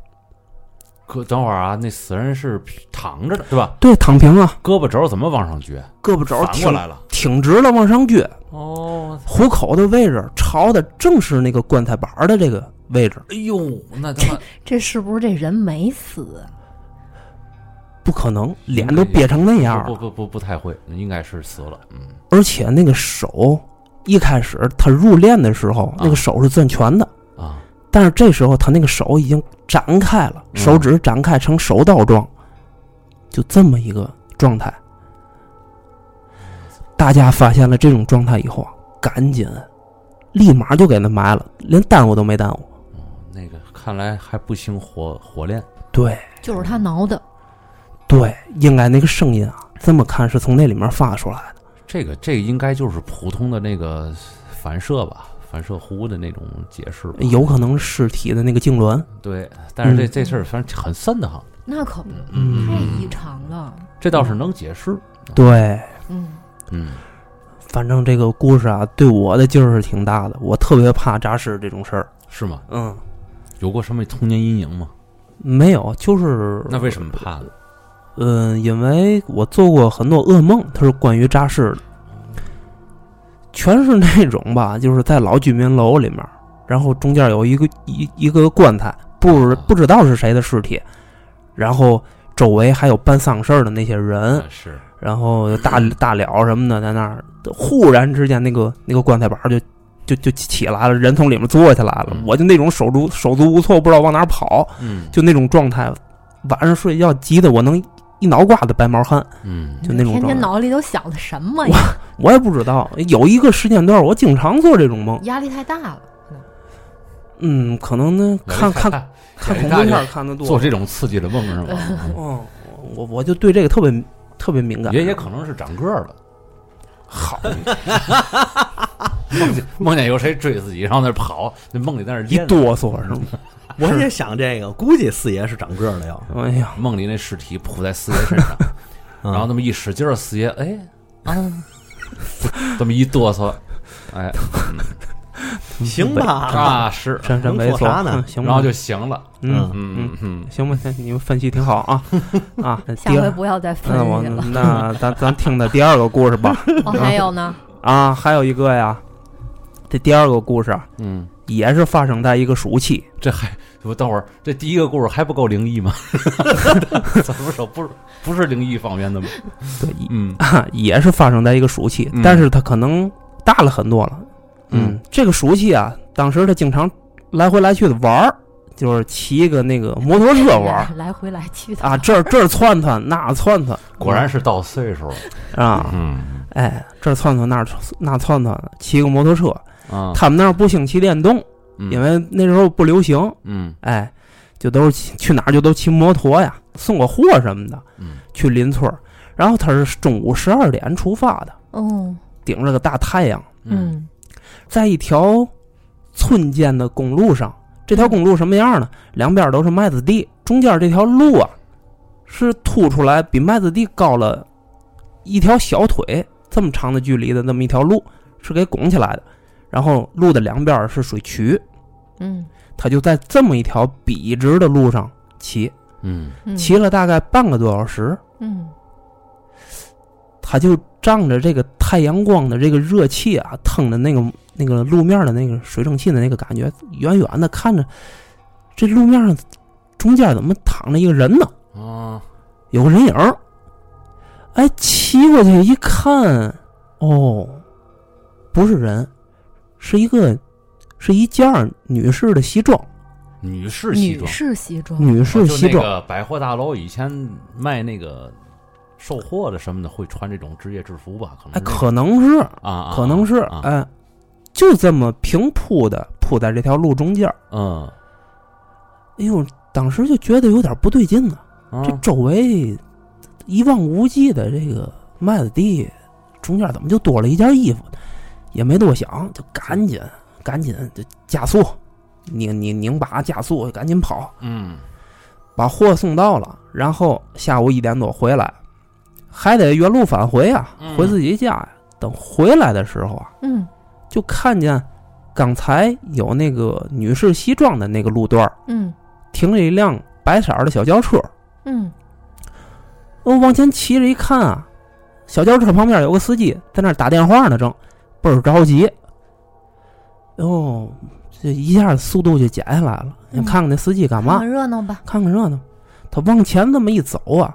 可等会儿啊，那死人是躺着的，对吧？对，躺平啊，胳膊肘怎么往上撅？胳膊肘反过挺来了。挺直的往上撅，哦，虎口的位置朝的正是那个棺材板儿的这个位置，哎呦，那他妈这是不是这人没死？不可能，脸都憋成那样啊不了，不不不太会，应该是死了。嗯，而且那个手。一开始他入殓的时候，那个手是攥拳的，啊，但是这时候他那个手已经展开了，嗯手指展开成手刀状，就这么一个状态。大家发现了这种状态以后啊，赶紧立马就给他埋了，连耽误都没耽误。那个看来还不兴火火炼。对就是他挠的，对，应该那个声音啊，这么看是从那里面发出来的。这个这个应该就是普通的那个反射吧，反射弧的那种解释吧。有可能是尸体的那个痉嗯挛。对，但是这、嗯这事儿反正很瘆得慌。那可不，嗯太异常了。这倒是能解释。对，嗯，嗯反正这个故事啊，对我的劲儿是挺大的。我特别怕诈尸这种事儿。是吗？嗯，有过什么童年阴影吗？没有，就是那为什么怕呢？嗯，因为我做过很多噩梦，它是关于诈尸的，全是那种吧，就是在老居民楼里面，然后中间有一个一一个棺材，不不知道是谁的尸体，然后周围还有办丧事儿的那些人，啊是然后大大了什么的在那儿，忽然之间那个那个棺材板儿就就就起来了，人从里面坐起来了嗯，我就那种手足手足无措，不知道往哪儿跑，嗯就那种状态，晚上睡觉急得我能一脑瓜子白毛汗，嗯就那种天状天态。脑里都想的什么呀？我也不知道，有一个时间段我经常做这种梦，压力太大了。嗯，可能呢看看看恐怖片儿看的做多，这种刺激的梦是吗？ [laughs] 嗯，我我就对这个特别特别敏感。也也可能是长个儿了。好， [laughs] 梦见梦见有谁追自己，然后在那跑，那梦里在那一练。哆嗦是吗？我也想这个，估计四爷是长个儿了要，哎呀，梦里那尸体扑在四爷身上，然后嗯嗯那么一使劲儿，四爷哎啊，这么一哆嗦，哎行嗯吧？啊是，真能真没说错啥呢嗯行吧，然后就行了，嗯嗯嗯，嗯行吧，行你们分析挺好啊 [laughs] 啊。下第回二，不要再分那我析了。那咱咱听的第二个故事吧哦，还有 [laughs] 呢？啊，还有一个呀，这第二个故事啊嗯，也是发生在一个暑期，这还我等会儿这第一个故事还不够灵异吗？ [laughs] 怎么说不是不是灵异方面的吗？对，嗯也 [laughs] 是发生在一个暑期嗯，但是他可能大了很多了。嗯，这个暑期啊，当时他经常来回来去的玩儿，就是骑一个那个摩托车玩儿来回来去的啊，这儿这儿窜窜，那儿窜窜，果然是到岁数了，啊，嗯哎，这儿窜窜，那儿窜那儿窜窜，骑个摩托车。啊，他们那儿不兴骑电动，因为那时候不流行，嗯哎，就都是骑去哪儿就都骑摩托呀，送个货什么的嗯去邻村儿。然后他是中午十二点出发的，哦，顶着个大太阳。嗯嗯在一条村间的公路上。这条公路什么样呢？两边都是麦子地，中间这条路啊，是凸出来比麦子地高了一条小腿这么长的距离的那么一条路，是给拱起来的。然后路的两边是水渠，嗯他就在这么一条笔直的路上骑，嗯嗯，骑了大概半个多小时，嗯他就仗着这个太阳光的这个热气啊，腾的那个那个路面的那个水蒸气的那个感觉，远远的看着，这路面上中间怎么躺着一个人呢？啊有个人影儿。哎，骑过去一看，哦，不是人，是一个是一件儿女士的西装，女士西女装。士西装，女士哦就西那装。个百货大楼以前卖那个售货的什么的，会穿这种职业制服吧？可能哎，是可能是，啊啊，可能是，啊，哎，就这么平铺的铺在这条路中间儿。嗯，哎呦，当时就觉得有点不对劲呢、啊这周围一望无际的这个麦子地，中间怎么就多了一件衣服？也没多想，就赶紧赶紧就加速，拧拧拧把加速，赶紧跑，嗯把货送到了。然后下午一点多回来，还得原路返回啊嗯，回自己家呀、等回来的时候啊，嗯就看见刚才有那个女士西装的那个路段儿嗯停着一辆白色儿的小轿车，嗯我往前骑着一看啊，小轿车旁边有个司机在那儿打电话呢，正倍儿着急。哟，这一下速度就减下来了。你嗯看看那司机干嘛？看热闹吧，看看热闹。他往前这么一走啊，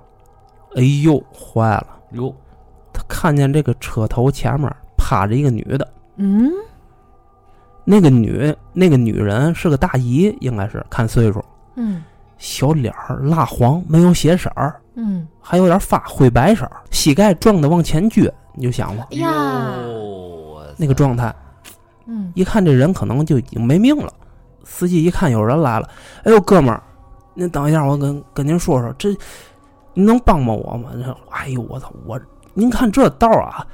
哎呦，坏了！哟，他看见这个车头前面趴着一个女的，嗯那个女那个女人是个大姨，应该是看岁数，嗯小脸儿蜡黄，没有血色儿，嗯，还有点发灰白色儿，膝盖撞的往前撅，你就想吧。哎呀，哟那个，状态，嗯一看这人可能就已经没命了。司机一看有人来了，哎呦哥们儿，您等一下，我跟跟您说说，这您能帮帮我吗？然后哎呦我操，我您看这道儿啊，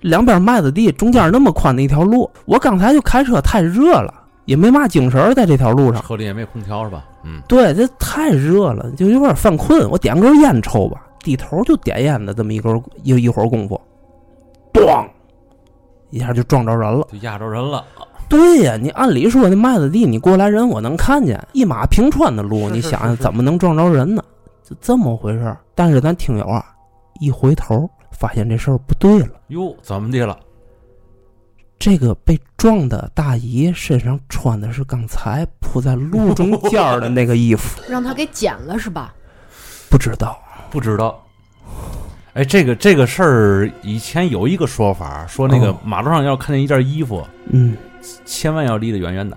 两边麦子地，中间那么宽的一条路，我刚才就开车太热了，也没嘛精神儿在这条路上。车里也没空调是吧？嗯对，这太热了，就有点犯困。我点根烟抽吧，低头就点烟的这么一根一一会儿功夫，咣，一下就撞着人了。就压着人了，对呀，你按理说那麦子地，你过来人我能看见，一马平川的路，是你是想是想是怎么能撞着人呢？就这么回事儿。但是咱听友啊，一回头发现这事儿不对了，哟，怎么的了？这个被撞的大姨身上穿的是刚才铺在路中间儿的那个衣 [laughs] 服，让他给剪了是吧？不知道。不知道。哎，这个这个事儿以前有一个说法，说那个哦马路上要看见一件衣服，嗯千万要离得远远的，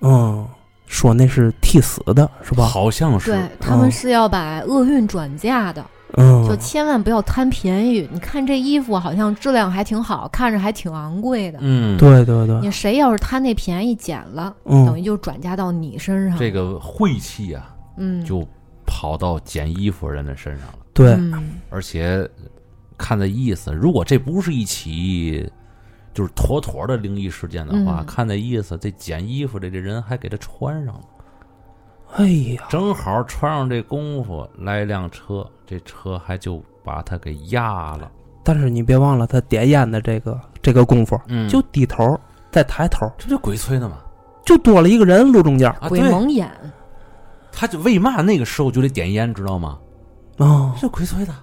嗯，说那是替死的是吧？好像是对，他们是要把厄运转嫁的，就嗯千万不要贪便宜。你看这衣服好像质量还挺好，看着还挺昂贵的。嗯，对对对，你谁要是贪那便宜捡了，等嗯于就转嫁到你身上。这个晦气啊，嗯，就跑到捡衣服人的身上了。对，嗯而且看这意思，如果这不是一起就是妥妥的灵异事件的话，嗯看这意思，这捡衣服的这人还给他穿上了，哎呀，正好穿上这功夫来一辆车，这车还就把他给压了。但是你别忘了他点烟的这个这个功夫，嗯就低头再抬头，这不就鬼催的吗？就多了一个人路中间啊，鬼对，蒙眼，他就为嘛那个时候就得点烟，知道吗？哦，嗯这鬼催的，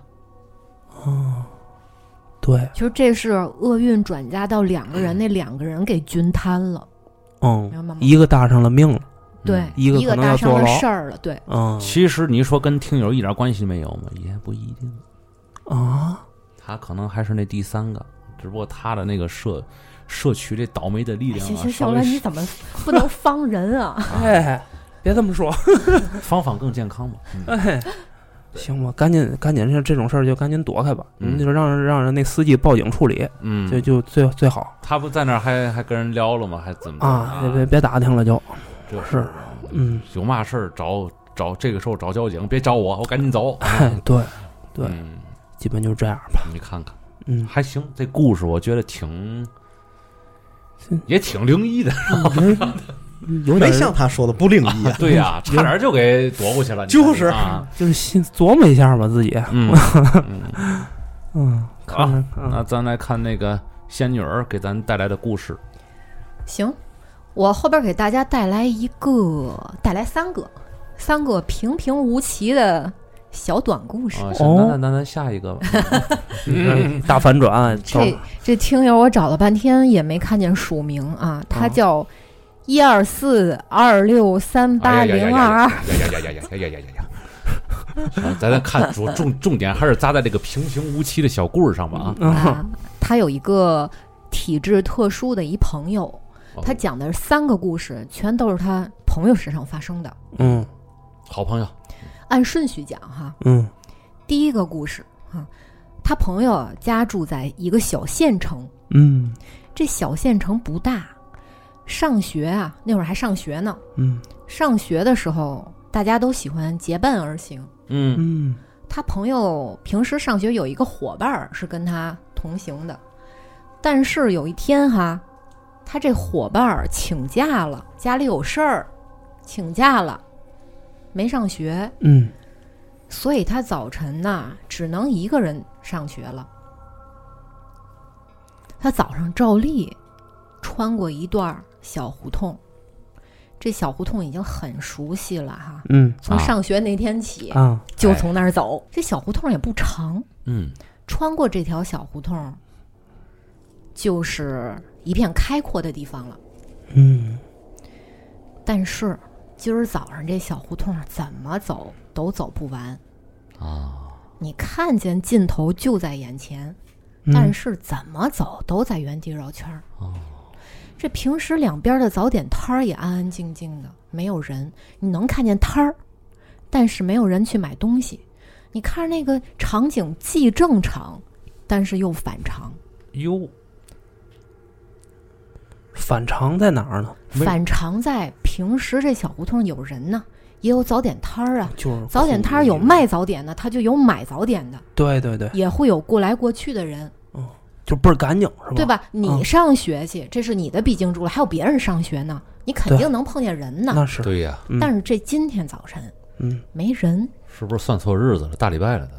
对，其实这是厄运转嫁到两个人，那两个人给均摊了，嗯，明白吗？一个搭上了命了，对，一个可能要搭上坐了牢事儿了，对，嗯嗯其实你说跟听友一点关系没有吗？也不一定，啊，他可能还是那第三个，只不过他的那个社社区这倒霉的力量行啊，行稍行了，微你怎么不能方人啊？哎，别这么说， [laughs] 方法更健康嘛。嗯哎，行吧，赶紧赶紧，这这种事儿就赶紧躲开吧，嗯你就让让人那司机报警处理，嗯，就就最最好他不在那儿还还跟人撩了吗？还怎么着啊，别别别打听了就，这是，嗯，有嘛事儿找找这个时候找交警，别找我，我赶紧走。哎， [laughs] 对，对嗯，基本就这样吧，你看看嗯，还行，这故事我觉得挺行也挺灵异的。。有没点像他说的不灵异啊 [laughs] 对呀，差点就给夺过去了。你看就是啊，就是心琢磨一下吧，自己，嗯，嗯嗯，看看那看，咱来看那个仙女儿给咱带来的故事。行，我后边给大家带来一个，带来三个，三个平平无奇的小短故事。啊，是行，哦那那那咱下一个吧。嗯大反转，这这听友我找了半天也没看见署名啊，他啊叫一二四二六三八哎呀呀呀零呀二二。呀呀呀呀呀呀呀呀呀！行，咱再看着重重点还是砸在这个平平无奇的小故事上吧啊。嗯，啊，他有一个体质特殊的一朋友，哦他讲的是三个故事，全都是他朋友身上发生的，嗯好朋友，按顺序讲哈。嗯第一个故事啊，他朋友家住在一个小县城，嗯这小县城不大，上学啊那会儿还上学呢，嗯上学的时候大家都喜欢结伴而行。嗯嗯他朋友平时上学有一个伙伴儿是跟他同行的，但是有一天哈，他这伙伴儿请假了，家里有事儿，请假了，没上学，嗯所以他早晨呐只能一个人上学了。他早上照例穿过一段小胡同，这小胡同已经很熟悉了哈。嗯从啊上学那天起，啊，就从那儿走。这小胡同也不长，嗯，穿过这条小胡同，就是一片开阔的地方了。嗯但是今儿早上这小胡同怎么走都走不完啊。你看见尽头就在眼前，嗯，但是怎么走都在原地绕圈儿。哦这平时两边的早点摊儿也安安静静的，没有人，你能看见摊儿，但是没有人去买东西。你看着那个场景既正常，但是又反常。哟，反常在哪儿呢？没反常在平时这小胡同有人呢，也有早点摊儿啊。哦就是早点摊儿有，卖早点的，他就有买早点的，对对对，也会有过来过去的人，就倍儿干净是吧？对？吧？你嗯上学去，这是你的必经之路，还有别人上学呢，你肯对定能碰见人呢。那是，对呀，嗯但是这今天早晨嗯没人，是不是算错日子了？大礼拜了都，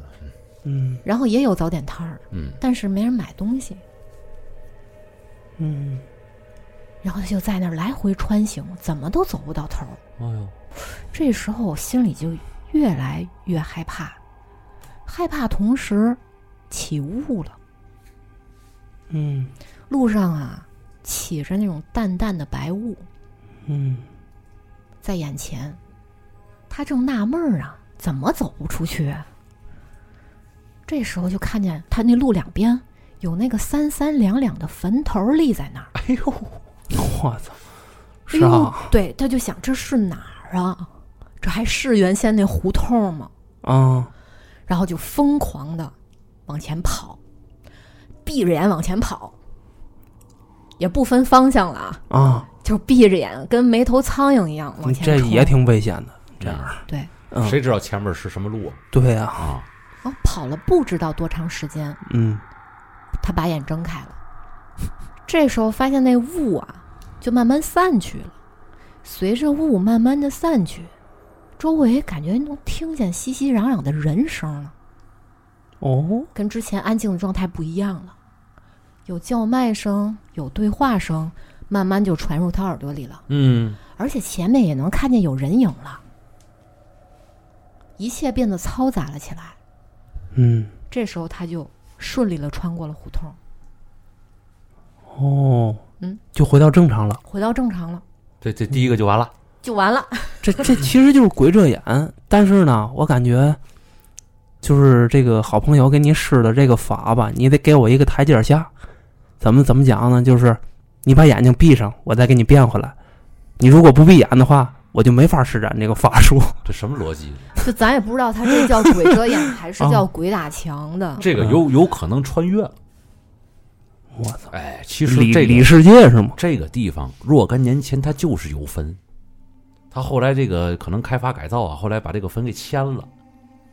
嗯然后也有早点摊儿，嗯，但是没人买东西，嗯然后他就在那儿来回穿行，怎么都走不到头儿。哎呦，这时候我心里就越来越害怕，害怕同时起雾了。嗯路上啊，起着那种淡淡的白雾嗯在眼前，他正纳闷儿啊，怎么走不出去啊？这时候就看见他那路两边有那个三三两两的坟头立在那儿。哎呦，我操，哎啊是呦啊，对，他就想这是哪儿啊？这还是原先那胡同吗？啊，然后就疯狂的往前跑，闭着眼往前跑，也不分方向了啊，啊，就闭着眼，跟没头苍蝇一样往前这冲也挺危险的，这样，对。嗯，谁知道前面是什么路啊？对啊，啊，啊，跑了不知道多长时间，嗯他把眼睁开了。这时候发现那雾啊，就慢慢散去了。随着雾慢慢的散去，周围感觉能听见熙熙攘攘的人声了，哦，跟之前安静的状态不一样了。有叫卖声，有对话声，慢慢就传入他耳朵里了。嗯而且前面也能看见有人影了，一切变得嘈杂了起来。嗯，这时候他就顺利的穿过了胡同，哦，嗯，就回到正常了。回到正常了，这这第一个就完了，就完了。这这其实就是鬼遮眼，但是呢，我感觉就是这个好朋友给你施的这个法吧，你得给我一个台阶下。怎么怎么讲呢？就是你把眼睛闭上，我再给你变回来。你如果不闭眼的话，我就没法施展这个法术。这什么逻辑？就咱也不知道他这叫鬼遮眼还啊是叫鬼打墙的。这个有有可能穿越了。我操，哎，其实里这里个世界是吗？这个地方若干年前它就是有坟，它后来这个可能开发改造啊，后来把这个坟给迁了，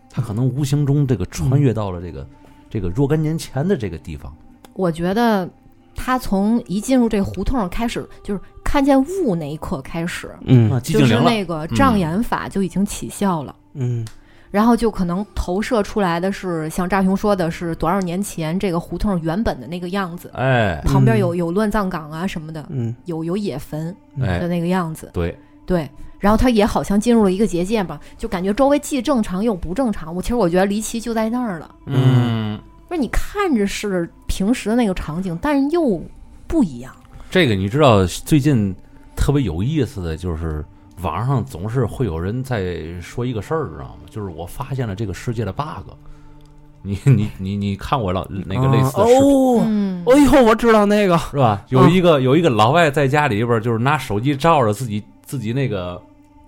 它可能无形中这个穿越到了这个、这个若干年前的这个地方。我觉得他从一进入这胡同开始，就是看见雾那一刻开始，嗯啊，寂就静是灵了，嗯那个障眼法就已经起效了。嗯然后就可能投射出来的是，像炸熊说的是多少年前这个胡同原本的那个样子，哎旁边有有乱葬岗啊什么的，嗯有有野坟的哎，那个样子。对，对，然后他也好像进入了一个结界吧，就感觉周围既正常又不正常。我其实我觉得离奇就在那儿了，嗯，不是你看着是平时的那个场景，但是又不一样。这个你知道，最近特别有意思的就是网上总是会有人在说一个事儿，知道吗？就是我发现了这个世界的 bug。你你你你看我老那个类似的视频、哦，嗯，哎呦，我知道那个，是吧？有一个、有一个老外在家里边儿就是拿手机照着自己自己那个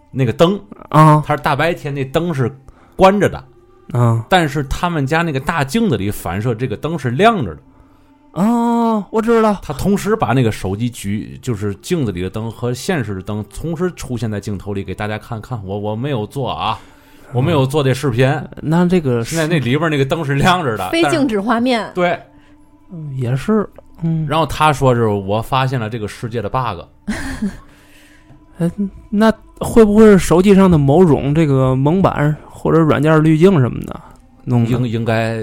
那个灯，啊他是大白天那灯是关着的，啊但是他们家那个大镜子里反射这个灯是亮着的。啊！我知道，他同时把那个手机举，就是镜子里的灯和现实的灯同时出现在镜头里，给大家看看。我我没有做啊，我没有做这视频。那这个现在那里边那个灯是亮着的，非但是静止画面，对。也是，嗯，然后他说是我发现了这个世界的 bug，那会不会是手机上的某种这个蒙版或者软件滤镜什么的弄应的？应该，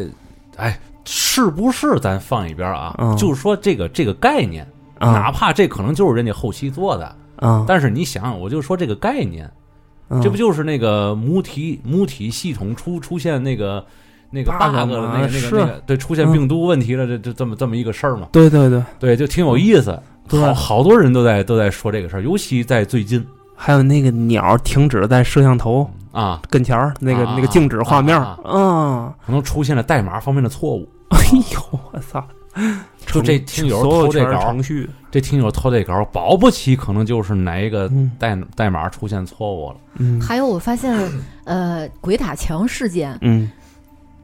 哎，是不是咱放一边儿啊？嗯就是说这个这个概念，哪啊怕这可能就是人家后期做的，啊！但是你想想，我就说这个概念，嗯这不就是那个母体母体系统出出现那个那个 bug bug 了，嘛那个那是嗯个那个对出现病毒问题了，这这这么这么一个事儿嘛？对对对，对，就挺有意思。嗯对好好多人都在都在说这个事儿，尤其在最近还有那个鸟停止在摄像头啊，跟前儿那个啊那个静止画面儿啊啊！ [laughs] 可能出现了代码方面的错误。哎呦，我操！就这听友所有偷这全是稿儿程，序，这听友偷这稿儿，保不齐可能就是哪一个嗯代代码出现错误了。嗯还有我发 [clears throat] 现，呃，鬼打墙事件嗯，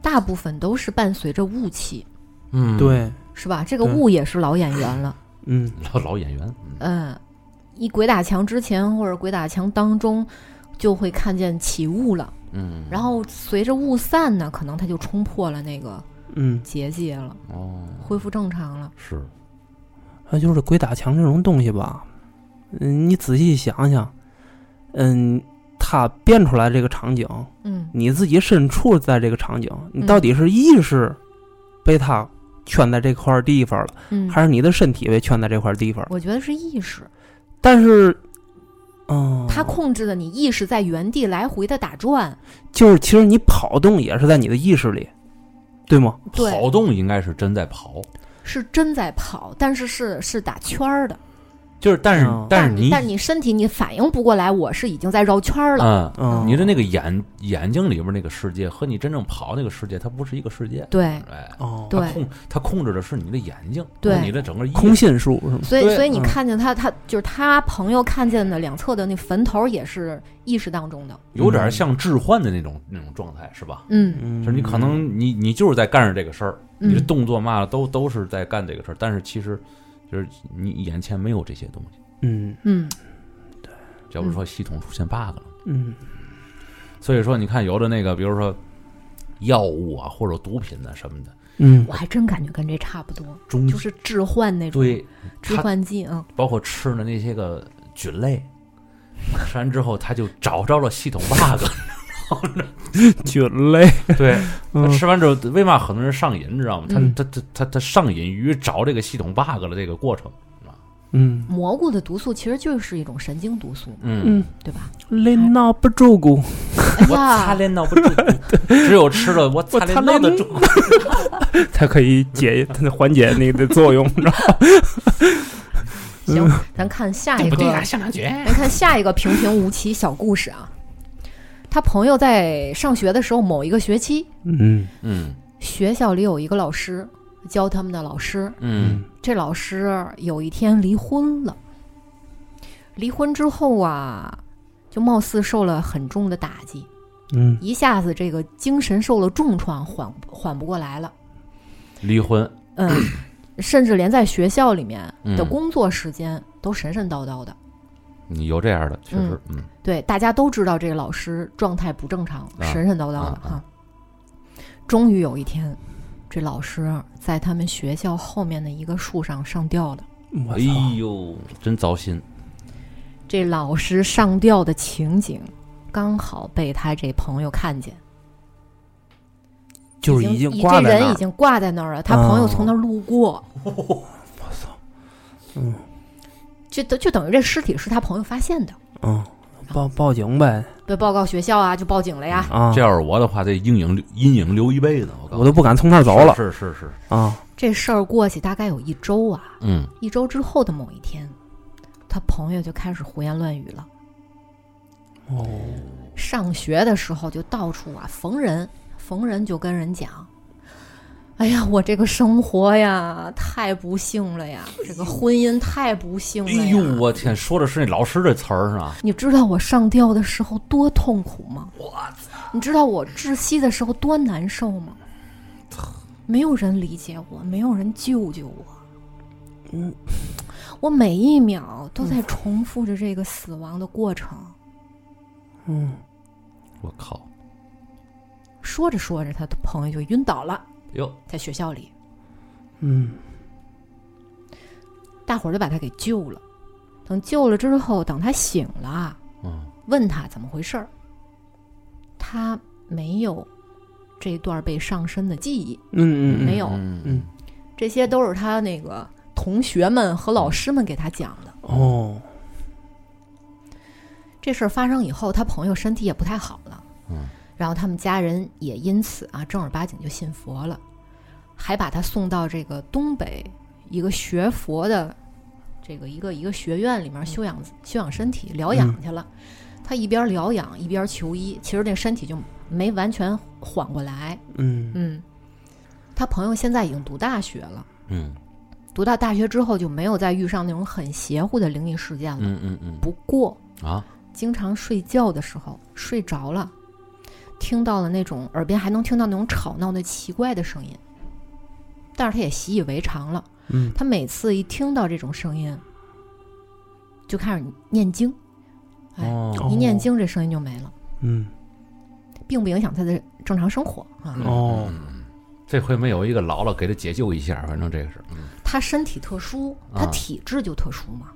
大部分都是伴随着雾气，嗯，对，是吧？这个对雾也是老演员了。嗯老老演员，嗯嗯，一鬼打墙之前或者鬼打墙当中，就会看见起雾了。嗯，然后随着雾散呢，可能它就冲破了那个嗯，结界了，哦，恢复正常了。是那哎就是鬼打墙这种东西吧，嗯，你仔细想想，嗯，他变出来这个场景，嗯，你自己身处在这个场景，你嗯到底是意识被他圈在这块地方了，嗯还是你的身体被圈在这块地方了？我觉得是意识，但是，嗯，它控制的你意识在原地来回的打转。就是其实你跑动也是在你的意识里，对吗？对，跑动应该是真在跑，嗯是真在跑，但是是是打圈儿的。就是但是嗯但是但你但你身体你反应不过来，我是已经在绕圈儿了。嗯，嗯，你的那个眼眼睛里边那个世界和你真正跑那个世界，它不是一个世界，对哎，哦，对它控它控制的是你的眼睛，对你的整个意识空心术是吗？所以对所以你嗯看见他，他就是他朋友看见的两侧的那坟头也是意识当中的。有点像置换的那种那种状态，是吧？嗯嗯，就是你可能你你就是在干着这个事儿，你的嗯，动作嘛的都都是在干这个事儿，但是其实就是你眼前没有这些东西，嗯嗯，要不说系统出现 bug 了。嗯所以说，你看有的那个，比如说药物啊，或者毒品啊什么的，嗯我还真感觉跟这差不多，中就是置换那种嗯对置它换剂啊。嗯包括吃的 [laughs] 那些个菌类，吃完之后他就找着了系统 bug，菌类，对，嗯吃完之后，为嘛很多人上瘾，你知道吗？他嗯他他他他上瘾于找这个系统 bug 的这个过程。嗯蘑菇的毒素其实就是一种神经毒素，嗯，嗯，对 [laughs] 吧？雷闹不住骨，哎我擦呀，连闹 [laughs] 不住，只有吃了我擦连闹得住。才可以解它的缓解那个的作用，你知道吗行，咱看下一不个，对啊，下两局。来看下一个平平无奇小故事啊。他朋友在上学的时候，某一个学期， [laughs] 嗯 [laughs] 嗯学校里有一个老师教他们的老师，嗯这老师有一天离婚了。离婚之后啊，就貌似受了很重的打击，嗯一下子这个精神受了重创，缓缓不过来了。离婚。嗯，甚至连在学校里面的嗯工作时间都神神叨叨的。你有这样的，确实，嗯对，大家都知道这个老师状态不正常，啊神神叨叨的啊哈、终于有一天，这老师在他们学校后面的一个树上上吊了。嗯我哎操，呦，真糟心。这老师上吊的情景，刚好被他这朋友看见，就是已已经经挂这在人那已儿，哦经挂在那儿了，他朋友从那儿路过，嗯 [laughs] 就等就等于这尸体是他朋友发现的，嗯，报报警呗被报告学校啊，就报警了呀。啊这，要是我的话，这阴影阴影留一辈子，我告诉我你都不敢从那儿走了是是是，啊，这事儿过去大概有一周啊，嗯，一周之后的某一天，他朋友就开始胡言乱语了。哦，上学的时候就到处啊逢人逢人就跟人讲。哎呀，我这个生活呀，太不幸了呀！这个婚姻太不幸了哎哎呦，呀！我天，说的是那老师这词儿是吧？你知道我上吊的时候多痛苦吗？我操！你知道我窒息的时候多难受吗？没有人理解我，没有人救救我。嗯，我每一秒都在重复着这个死亡的过程。嗯，我靠，说着说着，他的朋友就晕倒了，哟，在学校里，嗯，大伙儿就把他给救了。等救了之后，等他醒了，嗯，问他怎么回事儿，他没有这段被上身的记忆，嗯嗯嗯没有，嗯嗯这些都是他那个同学们和老师们给他讲的。哦，这事儿发生以后，他朋友身体也不太好了，嗯，然后他们家人也因此啊正儿八经就信佛了，还把他送到这个东北一个学佛的这个一个一个学院嗯里面修养修养身体疗养去了。他一边疗养一边求医，其实这身体就没完全缓过来。嗯嗯，他朋友现在已经读大学了，嗯读到大学之后就没有再遇上那种很邪乎的灵异事件了。嗯嗯嗯不过，嗯啊，经常睡觉的时候睡着了，听到了那种耳边还能听到那种吵闹的奇怪的声音，但是他也习以为常了。嗯，他每次一听到这种声音，就开始念经，哎，哦一念经这声音就没了，嗯并不影响他的正常生活啊。哦，嗯这回没有一个牢了给他解救一下，反正这个是，嗯，他身体特殊，啊他体质就特殊嘛。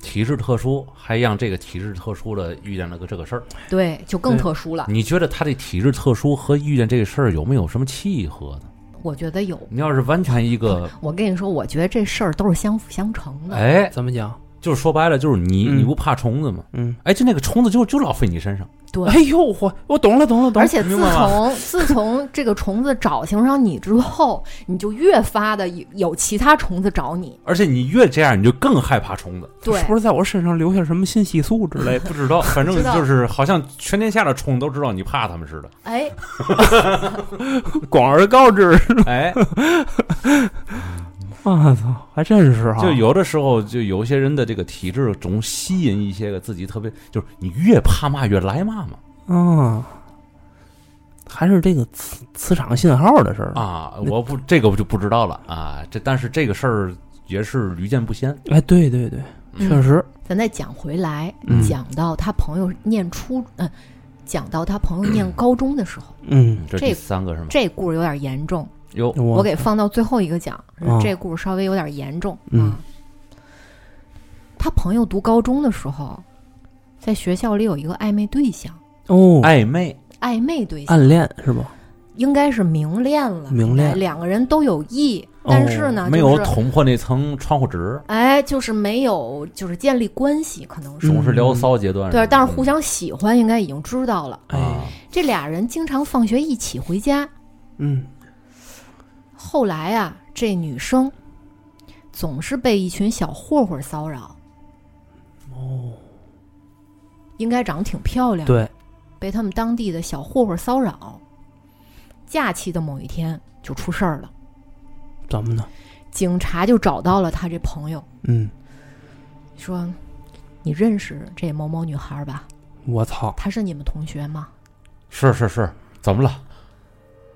体质特殊，还让这个体质特殊的遇见了个这个事儿。对，就更对特殊了。你觉得他这体质特殊和遇见这个事儿有没有什么契合呢？我觉得有，你要是完全一个，我跟你说，我觉得这事儿都是相辅相成的。哎，怎么讲？就是说白了，就是你嗯你不怕虫子吗？嗯，哎，就那个虫子就就老飞你身上，对，哎呦，我我懂了，懂了，懂而了。且自从自从这个虫子找情上你之后，你就越发的有其他虫子找你。而且你越这样，你就更害怕虫子。 [laughs] 哎对是，不是在我身上留下什么信息素之类的？不知道，反正知道就是好像全天下的虫都知道你怕他 [laughs] 们似的。 [laughs] 哎， [laughs] 广而告 [laughs] 之。哎，我啊操，还真是哈。就有的时候，就有些人的这个体质总吸引一些个自己特别，就是你越怕嘛越来嘛嘛啊，还是这个磁磁场信号的事儿。啊！那我不这个我就不知道了啊。这但是这个事儿也是屡见不鲜。哎，对对对，嗯确实，咱再讲回来，嗯讲到他朋友念初，嗯、讲到他朋友 [clears throat] 念高中的时候，嗯，这这第三个是吗？这故事有点严重，哟，我我给放到最后一个讲哦，这故事稍微有点严重、嗯啊。他朋友读高中的时候，在学校里有一个暧昧对象，哦，暧昧，暧昧对象暗恋是吧？应该是明恋了，明恋哎两个人都有意，哦但是呢，没有就是捅破那层窗户纸，哎，就是没有，就是建立关系，可能是、总是聊骚阶嗯段。嗯对，但是吧互相喜欢应该已经知道了。啊，哎这俩人经常放学一起回家，嗯，后来啊，这女生总是被一群小混混骚扰。哦，应该长得挺漂亮，哦嗯对，被他们当地的小混混骚扰。假期的某一天就出事儿了，怎么呢？警察就找到了他这朋友，嗯，说：“你认识这某某女孩吧？我操，她是你们同学吗？是是是，怎么了？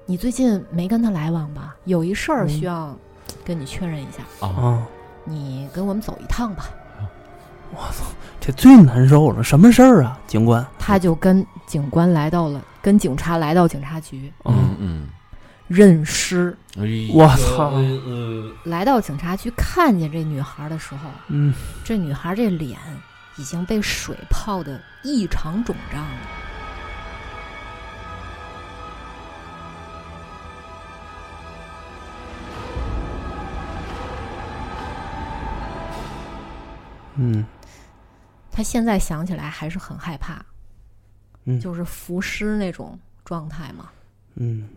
你最近没跟她来往吧？有一事儿需要跟你确认一下，啊，啊，你跟我们走一趟吧。”这最难受了，什么事儿啊，警官？他就跟警官来到了，跟警察来到警察局嗯，嗯认尸。嗯，我操来到警察局看见这女孩的时候，嗯，这女孩这脸已经被水泡的异常肿胀了。嗯，他现在想起来还是很害怕，嗯就是浮尸那种状态嘛。嗯，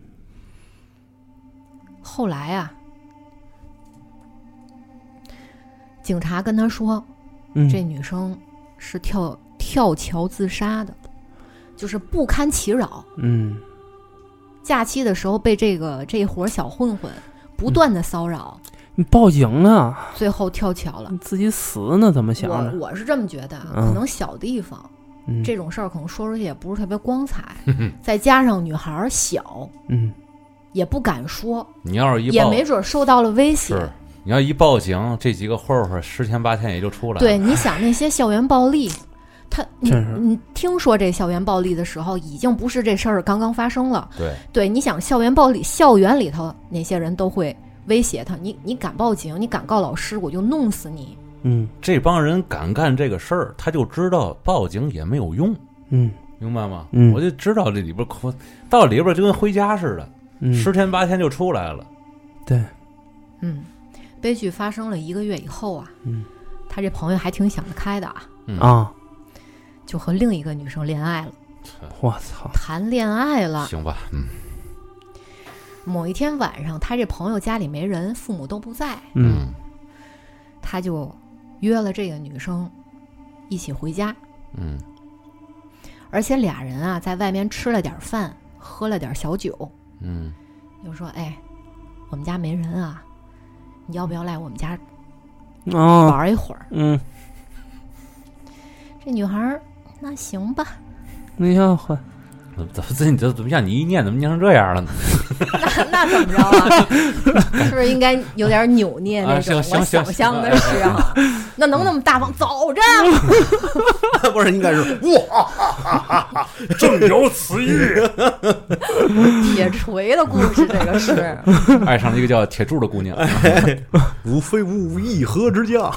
后来啊，警察跟他说，嗯，这女生是跳跳桥自杀的，就是不堪其扰。嗯，假期的时候被这个这一伙小混混嗯不断的骚扰，你报警啊，最后跳桥了你。自己死呢？怎么想我的？我是这么觉得啊，嗯可能小地方、嗯，这种事儿可能说出去也不是特别光彩，嗯，再加上女孩儿小嗯，也不敢说，你要是一也报没准受到了威是胁。，你要一报警，这几个混混十天八天也就出来了。对，，你想那些校园暴 [laughs] 力，他你真是你听说这校园暴力的时候，已经不是这事儿刚刚发生了。对，对，你想校园暴力，校园里头那些人都会威胁他，你你敢报警，你敢告老师，我就弄死你。嗯，这帮人敢干这个事儿，他就知道报警也没有用，嗯，明白吗？嗯我就知道这里边可到里边就跟回家似的，嗯，十天八天就出来了。对，嗯，悲剧发生了一个月以后啊，嗯，他这朋友还挺想得开的啊，啊，就和另一个女生恋爱了，我操，谈恋爱了。行吧，嗯某一天晚上，他这朋友家里没人，父母都不在，嗯，他就约了这个女生一起回家，嗯而且俩人啊在外面吃了点饭，喝了点小酒，嗯就说：“哎，我们家没人啊，你要不要来我们家啊，玩一会儿？”嗯，这女孩儿那行吧， [laughs] 那要换，嗯，怎么这你这怎么让你一念怎么念成这样了呢？那那怎么着啊？是不是应该有点扭捏那种？啊行行我想行哎象的是啊，那能那么大方？走着，不是应该 [laughs] 是正有此意，铁锤的故事，这个是。 [laughs] 爱上了一个叫铁柱的姑娘。吾非物一河之家，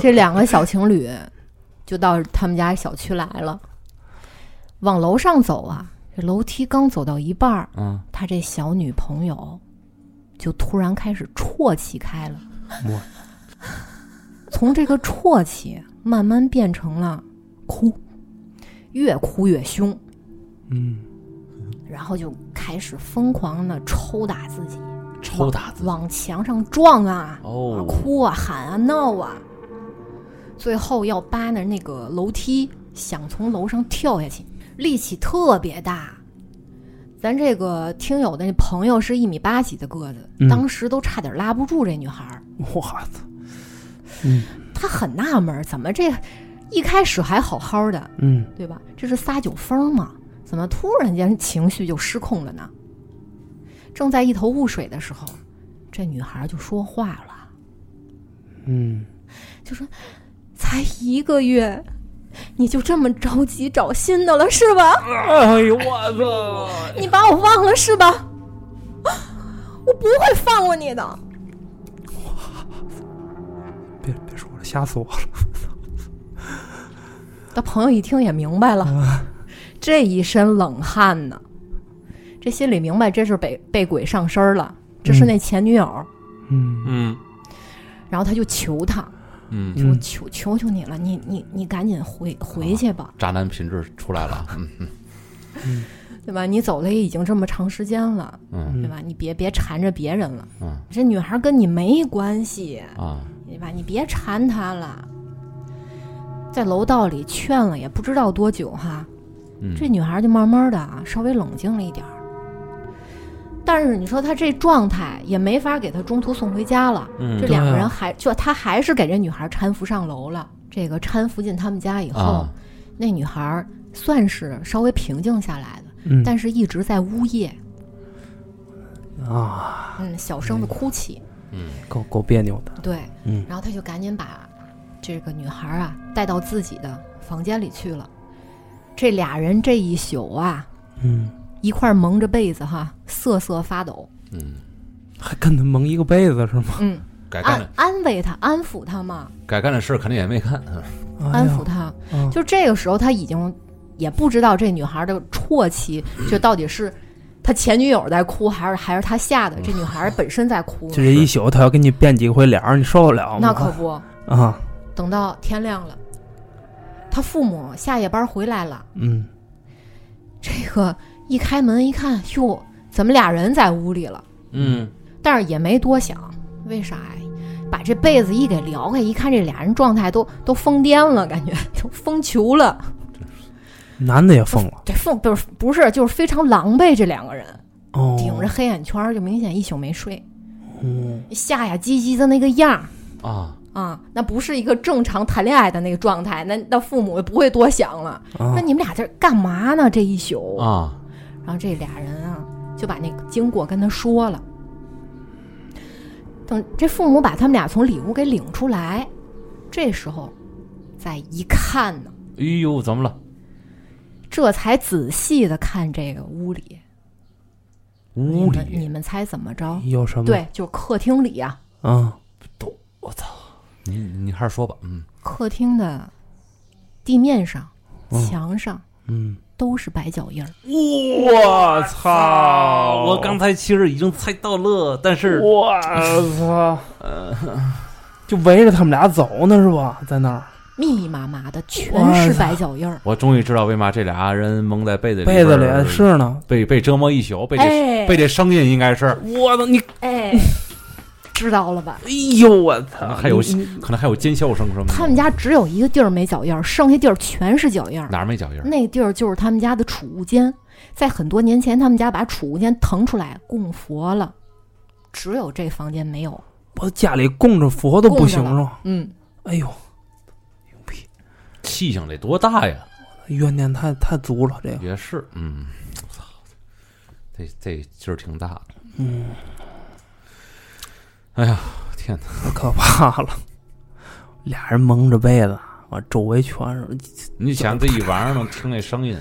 这两个小情侣就到他们家小区来了，往楼上走啊，这楼梯刚走到一半儿，嗯，他这小女朋友就突然开始啜泣开了哇，从这个啜泣慢慢变成了哭，越哭越凶，嗯，然后就开始疯狂的抽打自己，抽打自己往墙上撞啊，哦哭啊，喊啊，闹啊，最后要扒那那个楼梯，想从楼上跳下去，力气特别大。咱这个听友的那朋友是一米八几的个子，嗯当时都差点拉不住这女孩儿。我操，他很纳闷儿，怎么这一开始还好好的，嗯，对吧？这是撒酒疯吗？怎么突然间情绪就失控了呢？正在一头雾水的时候，这女孩就说话了，嗯，就说：“才一个月，你就这么着急找新的了是吧？哎呦，我操，你把我忘了是吧？我不会放过你的。别别说了，吓死我了，”嗯他朋友一听也明白了，这一身冷汗呢，这心里明白这是被被鬼上身了，这是那前女友。嗯嗯然后他就求他，嗯，我嗯求求求你了，你你你赶紧回回去吧，渣男品质出来了，嗯对吧？你走了也已经这么长时间了，啊嗯对吧？你别别缠着别人了，嗯这女孩跟你没关系，啊，对吧？你别缠她了。在楼道里劝了也不知道多久哈，嗯这女孩就慢慢的啊，稍微冷静了一点儿。但是你说她这状态也没法给她中途送回家了，嗯这对两个啊人还就她还是给这女孩搀扶上楼了。这个搀扶进他们家以后，啊，那女孩算是稍微平静下来了，嗯但是一直在呜咽，啊，嗯，小声的哭泣。嗯够够别扭的。对，嗯然后他就赶紧把这个女孩啊带到自己的房间里去了。这俩人这一宿啊，嗯，一块儿蒙着被子哈，瑟瑟发抖。嗯，还跟他蒙一个被子是吗？嗯，该干安的安慰他，安抚他嘛，该干的事儿肯定也没干，安抚他。嗯就这个时候，他已经也不知道这女孩的啜 [clears throat] 泣，就到底是他前女友在哭，还是还是他吓的这女孩本身在哭就呢。这一宿，他要跟你变几回脸儿，你受得了吗？那可不，啊，等到天亮了，他父母下夜班回来了。嗯这个一开门一看，哟，咱们俩人在屋里了，嗯但是也没多想，为啥呀？把这被子一给撩开，一看这俩人状态都都疯癫了，感觉都疯球了。男的也疯了这疯不是不是就是非常狼狈，这两个人哦，顶着黑眼圈儿，就明显一宿没睡，嗯吓呀唧唧的那个样儿啊，啊、那不是一个正常谈恋爱的那个状态。那那父母也不会多想了，啊那你们俩这干嘛呢？这一宿啊，然后这俩人啊，就把那个经过跟他说了。等这父母把他们俩从里屋给领出来，这时候再一看呢，哎呦，怎么了？这才仔细的看这个屋里。屋你们你们猜怎么着？有什么？对，就是客厅里啊，啊，你你还是说吧，嗯客厅的地面上、嗯墙上嗯，都是白脚印儿。我操我刚才其实已经猜到了，但是我操， [laughs] 就围着他们俩走呢是吧？在那儿密密麻麻的全哇是塞白脚印儿，我终于知道为嘛这俩人蒙在被子里边被子儿，里啊是呢。被被折磨一宿，被这哎被这声音应该是，我操你！哎，知道了吧？哎呦我可操！能还有你可能还有尖笑声什么的。他们家只有一个地儿没脚印儿，剩下地儿全是脚印儿。哪儿没脚印儿？那地儿就是他们家的储物间，在很多年前，他们家把储物间腾出来供佛了，只有这房间没有。我家里供着佛都不行供着是吧？嗯，哎呦，气性得多大呀！怨念太太足了，这个也是，嗯，操，这这劲儿挺大的。嗯，哎呀，天哪！太可怕了。 [laughs] 俩人蒙着被子，完周围全是你想这一晚上能听那 [laughs] 声音，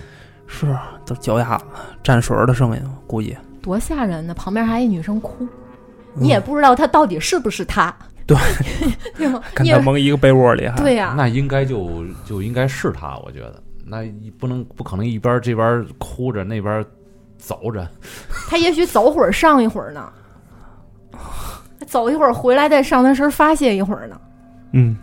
是都脚丫子沾水儿的声音，估计多吓人呢！旁边还一女生哭，嗯你也不知道她到底是不是她，对对 [laughs] 吗？[laughs] 跟你他也蒙一个被窝里还 [laughs] 对呀、那应该就就应该是他，我觉得那一不能不可能一边这边哭着那边走着，她也许走会儿上一会儿呢，走一会儿回来再上她身发泄一会儿呢，嗯，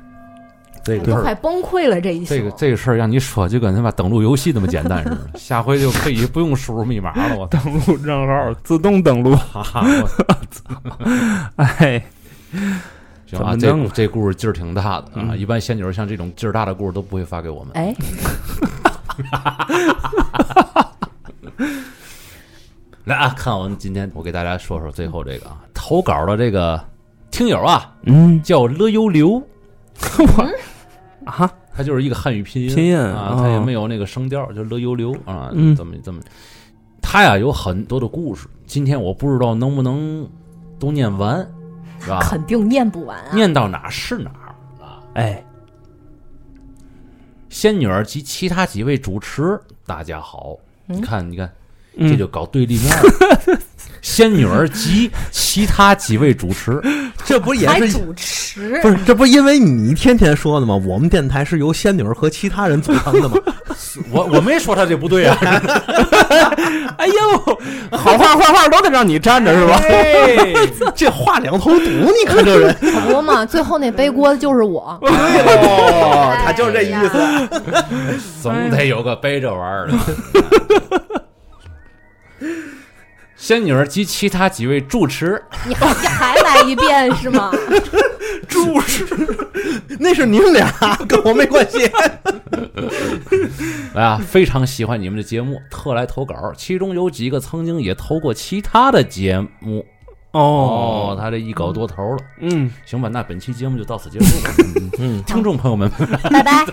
这都个事快儿。崩溃了这一宿。这个这个事儿让你说就跟他妈登录游戏那么简单似 [laughs] 的，下回就可以不用输入密码了。我操！登录账号自动登录，我哎， [laughs] 行啊，怎么这弄故这故事劲儿挺大的啊！嗯一般仙女儿像这种劲儿大的故事都不会发给我们。哎，来啊，看我们今天我给大家说说最后这个啊，投稿的这个听友啊，嗯叫乐悠流，啊，他就是一个汉语拼音拼音啊，他也哦没有那个声调，就乐悠流啊，嗯这么这么，他呀有很多的故事，今天我不知道能不能都念完，是吧？肯定念不完啊。念到哪儿是哪儿。哎，仙女儿及其他几位主持，大家好，你看，你看，嗯这嗯 [laughs] 就搞对立面了。仙女儿及其他几位主持，这不也还是主持不，是这不因为你天天说的吗？我们电台是由仙女儿和其他人组成 [laughs] 的吗？我我没说他这不对啊， [laughs] 哎呦， [laughs] 好画坏画都得让你站着是吧？ [laughs] 哎这话两头堵，你看这人， [laughs] 可不嘛，最后那背锅的就是我。哦哎他就是这意思总得有个背着玩儿的。 [laughs] 仙女儿及其他几位住持，你还你还来一遍是吗？注视，那是您俩，跟我没关 [laughs] 系。哎呀，非常喜欢你们的节目，特来投稿。其中有几个曾经也投过其他的节目哦， [laughs] 哦，他这一搞多头了。嗯，行吧，那本期节目就到此结束了。嗯，听众朋友们，拜拜。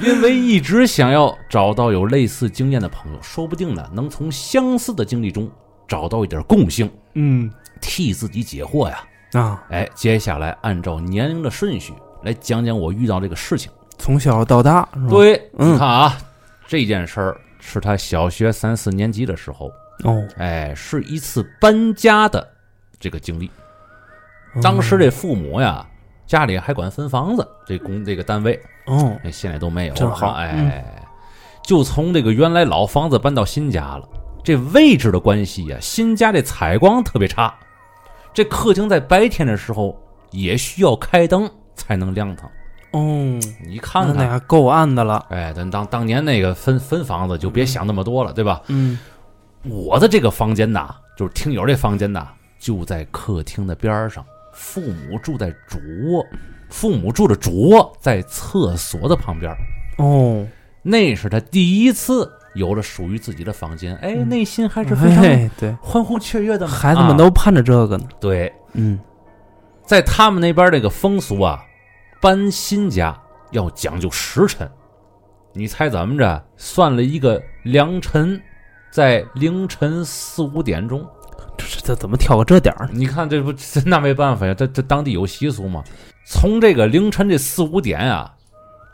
因为一直想要找到有类似经验的朋友，说不定呢能从相似的经历中找到一点共性，嗯替自己解惑呀。啊，哎，接下来按照年龄的顺序来讲讲我遇到这个事情。从小到大，是吧，对，嗯你看啊，这件事儿是他小学三四年级的时候，哦，哎，是一次搬家的这个经历。嗯当时这父母呀，家里还管分房子，这公这个单位，哦，哎，现在都没有了，真好嗯哎，就从这个原来老房子搬到新家了。这位置的关系呀、新家这采光特别差，这客厅在白天的时候也需要开灯才能亮堂。哦，你那看看，俩够暗的了，哎，咱当当年那个分分房子就别想那么多了，对吧？嗯，我的这个房间呐，就是听友这房间呐，就在客厅的边儿上，父母住在主卧，父母住的主卧在厕所的旁边儿，哦，那是他第一次有了属于自己的房间，哎，内心还是非常哎，对，欢呼雀跃的嘛。嗯哎孩子们啊都盼着这个呢，对，嗯，在他们那边这个风俗啊，搬新家要讲究时辰。你猜怎么着？算了一个良辰，在凌晨四五点钟。这这这怎么挑个这点儿呢？你看这不那没办法呀，这这当地有习俗嘛。从这个凌晨这四五点啊，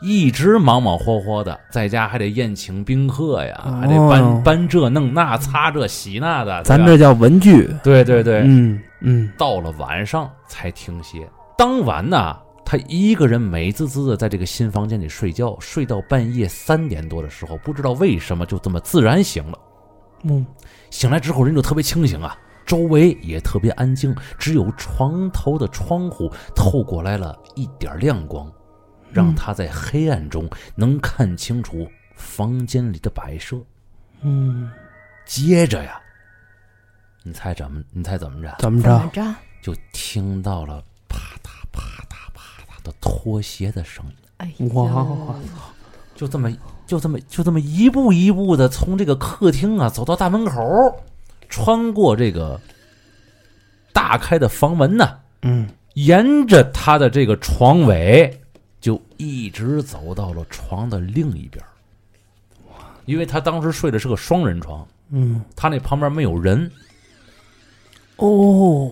一直忙忙活活的，在家还得宴请宾客呀，哦还得搬搬这弄那，擦这洗那的。咱对这吧叫文具，对对对，嗯嗯，到了晚上才停歇。当晚呢，他一个人美滋滋的在这个新房间里睡觉，睡到半夜三点多的时候，不知道为什么就这么自然醒了。嗯，醒来之后人就特别清醒啊，周围也特别安静，只有床头的窗户透过来了一点亮光，让他在黑暗中能看清楚房间里的摆设。嗯，接着呀，你猜怎么？你猜怎么着？啊怎么怎么着？着？就听到了啪嗒啪嗒啪嗒的拖鞋的声音，哎哇呦，就这么就这么就这么一步一步的从这个客厅啊走到大门口，穿过这个大开的房门呢，嗯，沿着他的这个床尾就一直走到了床的另一边儿。因为他当时睡的是个双人床，嗯，他那旁边没有人，哦，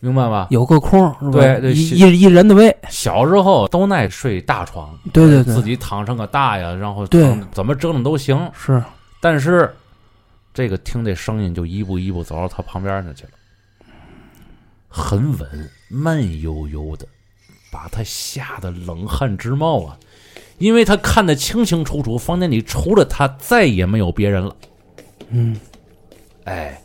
明白吧？有个空是吧？对对一是一一人的位，小时候都爱睡大床，对对自对，己躺上个大呀，然后对怎么怎么折腾都行。是，但是这个听这声音就一步一步走到他旁边那去了，很稳，慢悠悠的，把他吓得冷汗直冒啊！因为他看得清清楚楚，房间里除了他再也没有别人了。嗯，哎，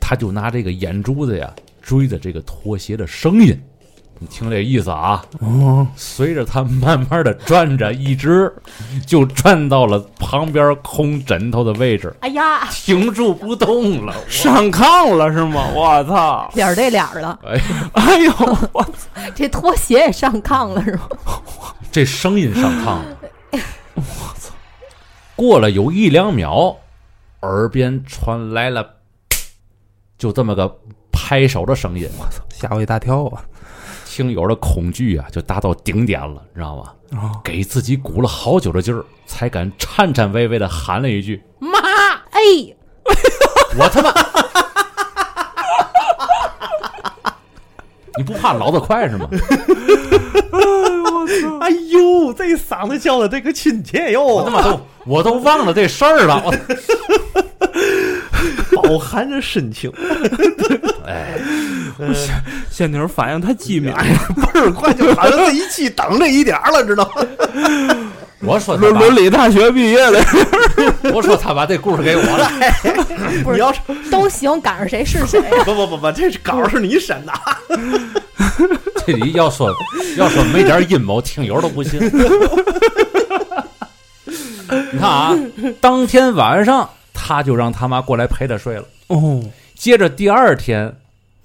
他就拿这个眼珠子呀追着这个拖鞋的声音，你听这意思啊？哦，随着他慢慢的转着，一直就转到了旁边空枕头的位置，哎呀，停住不动了。上炕了是 [laughs] 吗？我操！脸儿对脸儿了，哎，哎呦，我这拖鞋也上炕了是吗？这声音上炕了，我操！ [laughs] 过了有一两秒，耳边传来了就这么个拍手的声音，操，吓我一大跳啊！听友的恐惧啊就达到顶点了，你知道吗？啊，给自己鼓了好久的劲儿，才敢颤颤巍巍的喊了一句妈，哎， [laughs] 你不怕老得快是吗？哎呦，这嗓子叫的这个亲切我哟，他妈都我都忘了这事儿了。我饱含着深情。哎，仙女反应太机敏， [laughs] 倍儿 [laughs] 快，就好像这一期等这一点儿了，知道吗？我说他伦伦理大学毕业的，把，我说他把这故事给我了，不你是要是都行，赶上谁是谁。啊不不不不，这是稿是你审 [laughs] 的，这里要说要说没点阴谋，听友都不信。你看啊，当天晚上他就让他妈过来陪他睡了。 [laughs] 哦，接着第二天，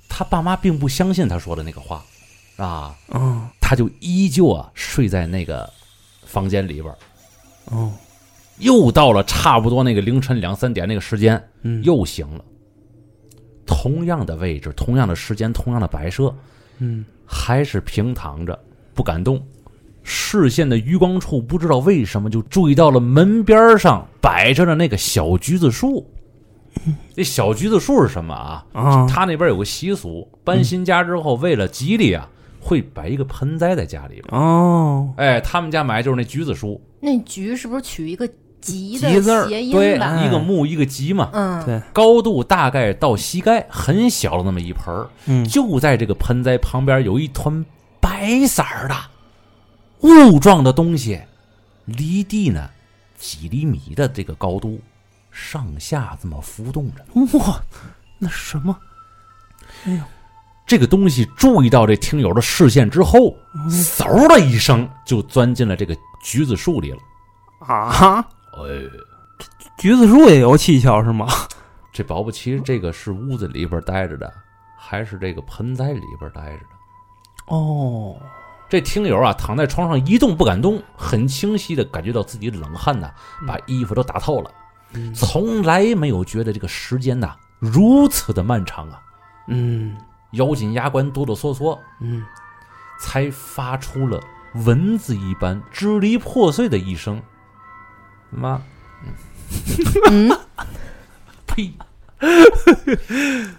他爸妈并不相信他说的那个话，啊，哦，他就依旧啊睡在那个房间里边儿。哦，又到了差不多那个凌晨两三点那个时间，嗯，又醒了。同样的位置，同样的时间，同样的摆设，嗯，还是平躺着不敢动。视线的余光处，不知道为什么就注意到了门边上摆着的那个小橘 [laughs] 子树。这小橘子树是什么啊？啊，他那边有个习俗，搬新家之嗯后，为了吉利啊，会摆一个盆栽在家里边。哦，哎，他们家买的就是那橘子树，那菊是不是取一个吉橘字儿，的谐对，啊音吧？一个木一个吉嘛，嗯，对，高度大概到膝盖，很小的那么一盆儿，嗯，就在这个盆栽旁边有一团白色儿的雾状的东西，离地呢几厘米的这个高度，上下这么浮动着。哇，那什么，这个东西注意到这听友的视线之后，嗖的一声就钻进了这个橘子树里了。啊，哎，橘子树也有蹊跷是吗？这保不齐这个是屋子里边待着的，还是这个盆栽里边待着的？哦，这听友啊，躺在床上一动不敢动，很清晰的感觉到自己冷汗呐，把衣服都打透了。从来没有觉得这个时间呐如此的漫长啊！嗯咬紧牙关，哆哆嗦嗦，嗯，才发出了蚊子一般支离破碎的一声：“妈，嗯， [laughs] 呸！”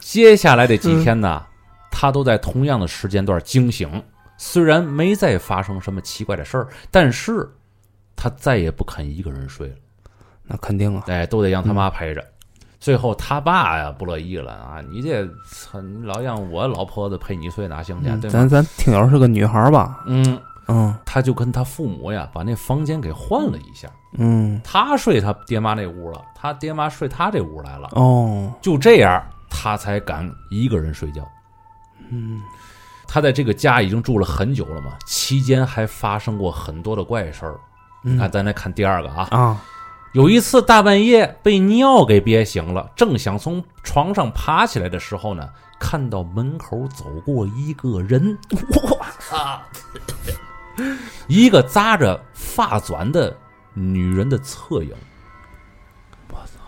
接下来的几天呢，嗯他都在同样的时间段惊醒。虽然没再发生什么奇怪的事儿，但是他再也不肯一个人睡了。那肯定啊，哎，都得让他妈陪着。最后他爸呀不乐意了啊！你这操，你老让我老婆子陪你睡哪行去？嗯对咱吧？咱听友是个女孩儿吧？嗯，嗯他就跟他父母呀把那房间给换了一下，嗯，他睡他爹妈那屋了，他爹妈睡他这屋来了。哦，就这样，他才敢一个人睡觉。嗯他在这个家已经住了很久了嘛，期间还发生过很多的怪事儿。嗯你看，咱来看第二个啊，啊，有一次大半夜被尿给憋醒了，正想从床上爬起来的时候呢，看到门口走过一个人， [laughs] 哇啊！一个扎着发纂的女人的侧影。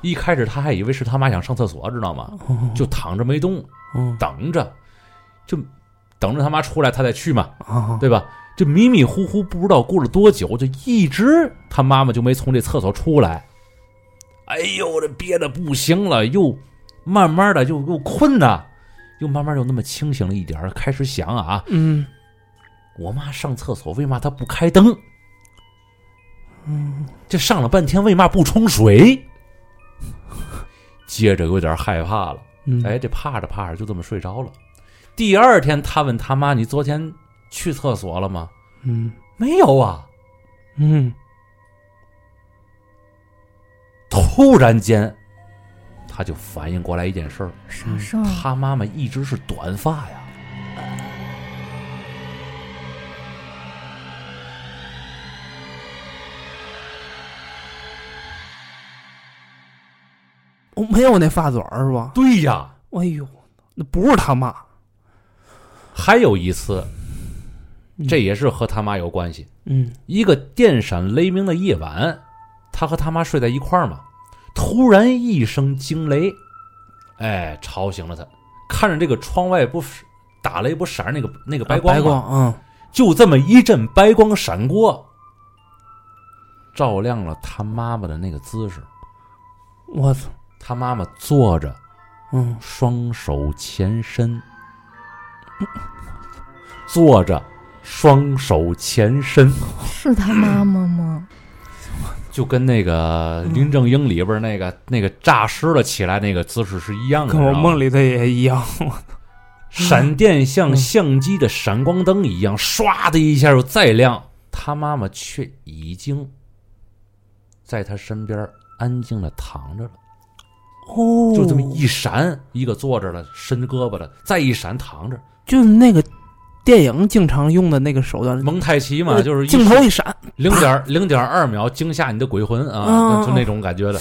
一开始他还以为是他妈想上厕所，知道吗？就躺着没动，嗯等着，就等着他妈出来，他再去嘛。啊，对吧？这迷迷糊糊不知道过了多久，就一直他妈妈就没从这厕所出来。哎呦，这憋的不行了，又慢慢的又又困呐，又慢慢又那么清醒了一点儿，开始想啊，嗯我妈上厕所为嘛她不开灯？嗯，这上了半天为嘛不冲水？接着有点害怕了，嗯哎，，这怕着怕着就这么睡着了。第二天他问他妈：“你昨天去厕所了吗嗯？”没有啊。嗯，突然间，他就反应过来一件事儿：啥事儿？啊他妈妈一直是短发呀。我哦没有那发嘴儿是吧？对呀，哎呦，那不是他妈，还有一次，嗯这也是和他妈有关系。嗯一个电闪雷鸣的夜晚，他和他妈睡在一块儿嘛，突然一声惊雷，哎，吵醒了他。看着这个窗外不打雷不闪着那个那个白光吗白光，嗯，就这么一阵白光闪过，照亮了他妈妈的那个姿势。我操，他妈妈坐着，嗯，双手前伸，坐着，双手前伸，是他妈妈吗？就跟那个嗯林正英里边那嗯个那个诈尸了起来那个姿势是一样的。跟我梦嗯里里的也一样，闪电像相机的闪光灯一样，唰的一下又再亮。他妈妈却已经在他身边安静的躺着了，哦就这么一闪，一个坐着了，伸胳膊了，再一闪躺着。就是那个电影经常用的那个手段，蒙太奇嘛，呃就是一镜头一闪，零点零点二秒惊吓你的鬼魂啊，啊就那种感觉的。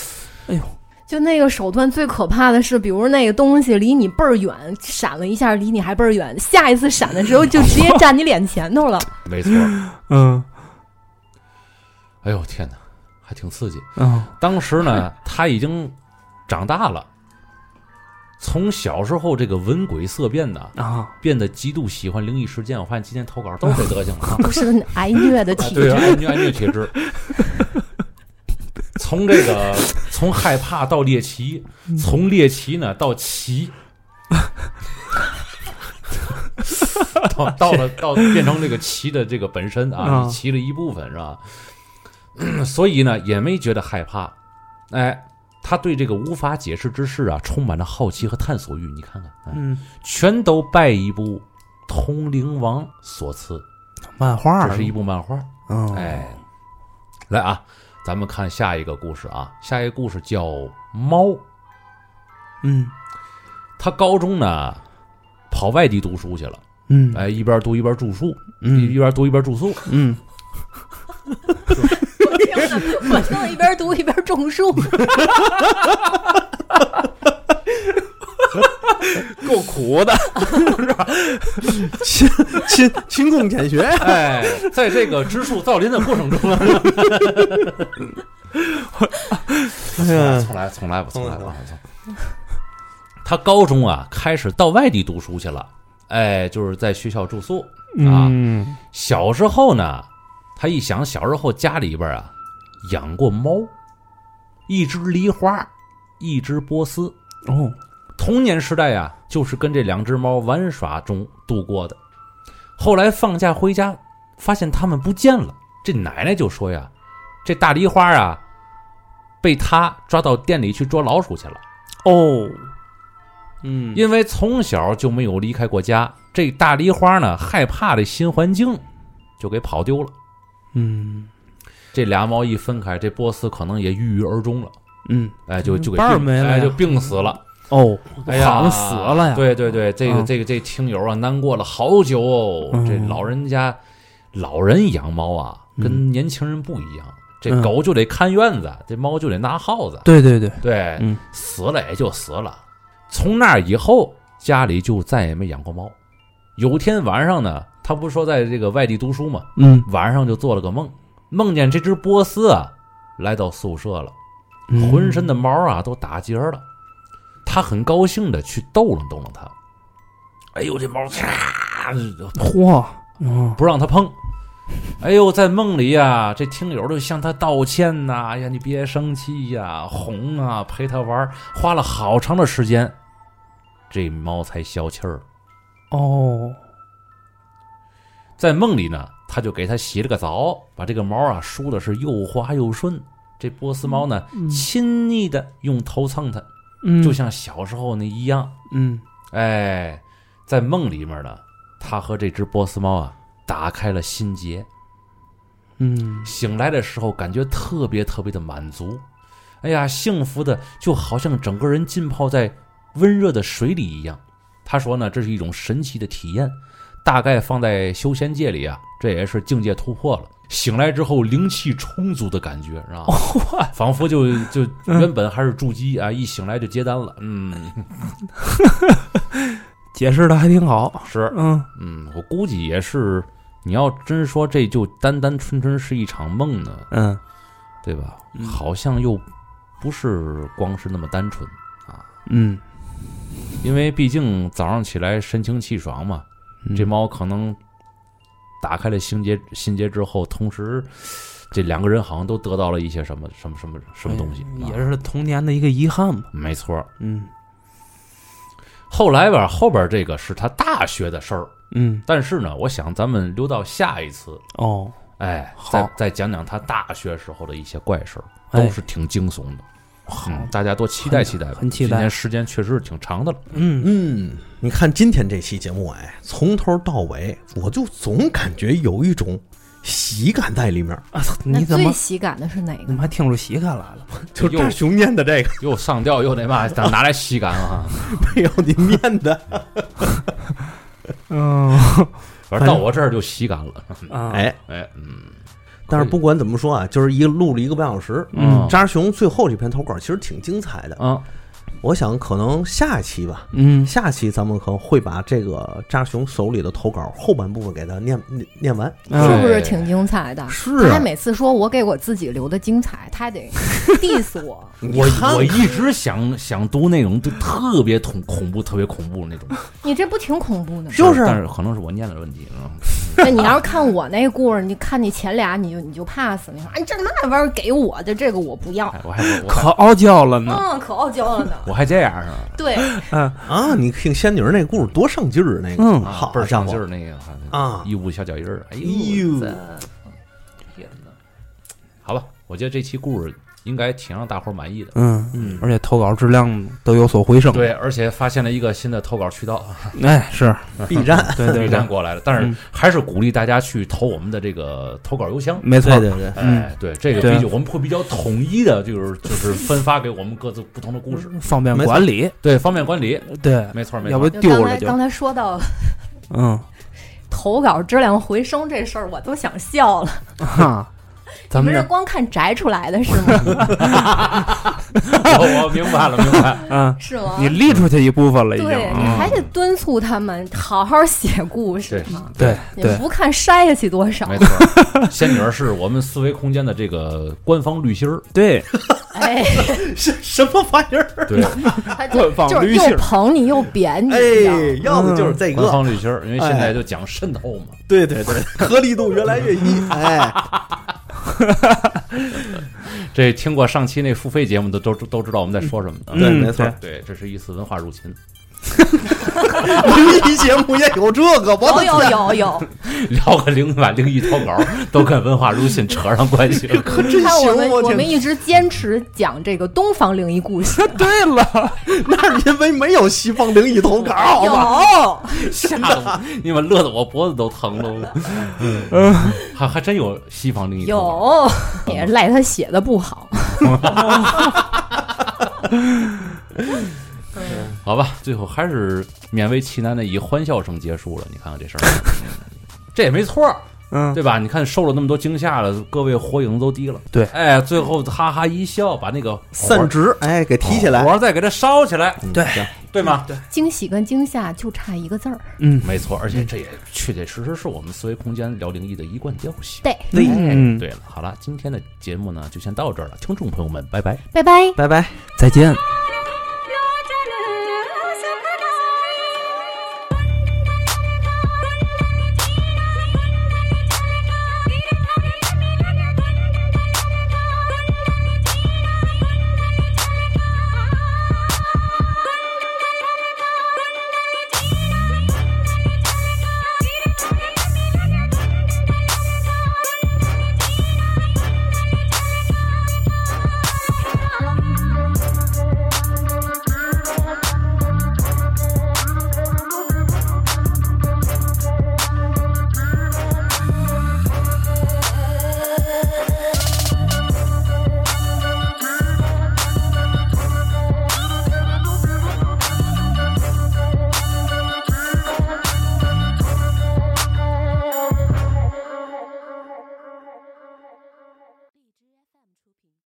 就那个手段最可怕的是，比如那个东西离你倍儿远，闪了一下，离你还倍儿远，下一次闪的时候就直接站你脸前头了。没错，嗯哎呦天哪，还挺刺激。嗯当时呢，他已经长大了，从小时候这个闻鬼色变呢，啊，变得极度喜欢灵异事件。我发现今天投稿都这德行了啊。不是挨虐的体啊、 [laughs] 对质，啊，安虐安虐体质。从这个从害怕到猎奇，嗯从猎奇呢到奇，到到了到变成这个奇的这个本身啊，啊你奇了一部分是吧？所以呢也没觉得害怕，哎，他对这个无法解释之事啊充满了好奇和探索欲。你看看，哎嗯，全都拜一部《通灵王》所赐，漫画这是一部漫画。嗯，哎，来啊，咱们看下一个故事啊，下一个故事叫猫。嗯他高中呢跑外地读书去了，嗯哎，一边读一边住宿，一嗯边读一边住宿。嗯，我听了一边读一边种树， [laughs] 够苦的，勤勤勤工俭学，哎，在这个植树造林的过程中 [laughs] 呢，哎嗯呀从来从来不从来不从来不。他高中啊开始到外地读书去了，哎，就是在学校住宿。嗯小时候呢，他一想小时候家里边啊养过猫，一只狸花，一只波斯。哦，童年时代啊，就是跟这两只猫玩耍中度过的。后来放假回家，发现它们不见了。这奶奶就说呀：“这大狸花啊，被他抓到店里去捉老鼠去了。哦，嗯因为从小就没有离开过家，这大狸花呢，害怕这新环境，就给跑丢了。”嗯这俩猫一分开，这波斯可能也郁郁而终了，嗯，哎，就就给伴儿病没了呀哎，就病死了，哦，哎呀，好像死了呀，对对对，这个嗯这个这听友啊，难过了好久哦。嗯这老人家，老人养猫啊，嗯跟年轻人不一样，这嗯狗就得看院子，这猫就得拿耗子，对对对，对，嗯死了也就死了。从那以后，家里就再也没养过猫。有天晚上呢，他不是说在这个外地读书吗？嗯，晚上就做了个梦，梦见这只波斯啊来到宿舍了，嗯浑身的毛啊都打结了。他很高兴的去逗弄逗弄它，哎呦这毛嚓，嚯，嗯不让他碰。哎呦，在梦里呀、这听友就向他道歉呐、哎呀，你别生气呀、哄啊，陪他玩儿，花了好长的时间，这猫才消气儿。哦，在梦里呢，他就给它洗了个澡，把这个毛啊梳的是又滑又顺。这波斯猫呢，亲昵的用头蹭它，嗯，就像小时候那一样。嗯哎，在梦里面呢，他和这只波斯猫啊打开了心结。 [laughs] 嗯醒来的时候，感觉特别特别的满足，哎呀，幸福的就好像整个人浸泡在温热的水里一样。他说呢，这是一种神奇的体验，大概放在修仙界里啊，这也是境界突破了。醒来之后，灵气充足的感觉，是吧？仿佛就就原本还是筑基啊，一醒来就接单了。嗯，解释的还挺好，是，嗯嗯，我估计也是。你要真说这就单单纯纯是一场梦呢，嗯对吧？嗯好像又不是光是那么单纯，嗯，因为毕竟早上起来神清气爽嘛，嗯这哎猫可能打开了心结，心结之后，同时这两个人好像都得到了一些什么什么什么什么东西，哎也啊是童年的一个遗憾吧，没错。嗯后来吧，后边这个是他大学的事儿，嗯，但是呢，我想咱们留到下一次，哦，哎，好再再讲讲他大学时候的一些怪事儿，哎都是挺惊悚的。好，嗯，大家多期待期待吧，很期待今天时间确实是挺长的了， [laughs] 嗯，嗯，你看今天这期节目，哎，从头到尾，我就总感觉有一种喜感在里面，啊操那你怎最么喜感的是哪你个怎？么还听出喜感来了？就是又大熊念的这个，又上吊又那 [laughs] 嘛，咱拿来吸干了哈。没有你念的，嗯反正到我这儿就吸干了， [laughs] 啊，哎，哎，嗯，但是不管怎么说啊，就是一录了一个半小时。嗯扎熊最后这篇投稿其实挺精彩的，啊，我想可能下期吧，嗯下期咱们可能会把这个扎熊手里的投稿后半部分给他念念念完。嗯是不是挺精彩的？是他还啊，每次说我给我自己留的精彩，他还得 diss 我。我你看我一直想想读那种就特别恐恐怖、特别恐怖那种，你这不挺恐怖 [laughs] 的吗？就是啊但是可能是我念的问题，嗯那你要是看我那故事，你看你前俩，你就你就 pass。你说，哎，这那玩意儿给我的这个我不要，哎，我还我我还可傲娇了呢。嗯，可傲娇了呢。我还这样是吧？对，啊，你听仙女儿那故事多上劲儿，那个嗯啊好倍儿上家劲伙儿那个还啊一捂小脚印儿，哎哎呦，呦，天哪！好吧，我觉得这期故事应该挺让大伙儿满意的。嗯嗯而且投稿质量都有所回升。，对，啊而且发现了一个新的投稿渠道，哎，是 B 站，对对 [laughs] B 站对，过来了。但嗯是还是鼓励大家去投我们的这个投稿邮箱。没错，对对，哎，对，这个嗯对啊比较我们会比较统一的，就是就是分发给我们各自不同的故事，方便没错管理，对，方便管理。对，没错，没嗯要不。错 [laughs] 就丢刚了才就刚才说到 [laughs] 嗯，投稿质量回升这事儿，我都想笑了。哈，你咱们们是这，光看宅出来的是吗？我我明白了，明白了。嗯，是吗？你立出去一部分了，已经，对，你还得敦促他们好好写故事嘛。对你对，不看筛下去多少 [laughs] 没？错，仙女儿是我们思维空间的这个官方滤 [laughs] 芯儿，对，哎，什 [laughs] 什么玩意儿？对，还就 [laughs] 官方就是滤又芯儿，捧你又贬你，哎你知道吗，要的就是这官个，方滤芯儿，因为现哎在就讲渗透嘛。对对对，颗粒度越来越一，哎， [laughs] 这听过上期那付费节目的都知都知道我们在说什么。嗯对，嗯，没错对，对，这是一次文化入侵，灵异节目也有这个，我有的有天，有有， [laughs] 聊个零晚灵异投稿都跟文化入侵扯上关系了。可真看我们行，我天们，一直坚持讲这个东方灵异故事，对了，那是因为没有西方灵异投稿，好吧？有吓得我，你们乐得我脖子都疼了。嗯嗯，还还真有西方灵异投稿，有，也赖他写的不好，好吧，最后还是勉为其难的以欢笑声结束了。你看看这事儿，这也没错儿，嗯，对吧？你看受了那么多惊吓了，各位火影都低了。对哎，最后哈哈一笑，把那个散值，哎，给提起来，火再给它烧起来，嗯对行对吗？对，惊喜跟惊吓就差一个字儿，嗯，没错，而且这也确确实实是我们思维空间聊灵异的一贯调性。对，对嗯，对了，好了，今天的节目呢就先到这儿了，听众朋友们，拜拜。拜拜。拜拜。再见。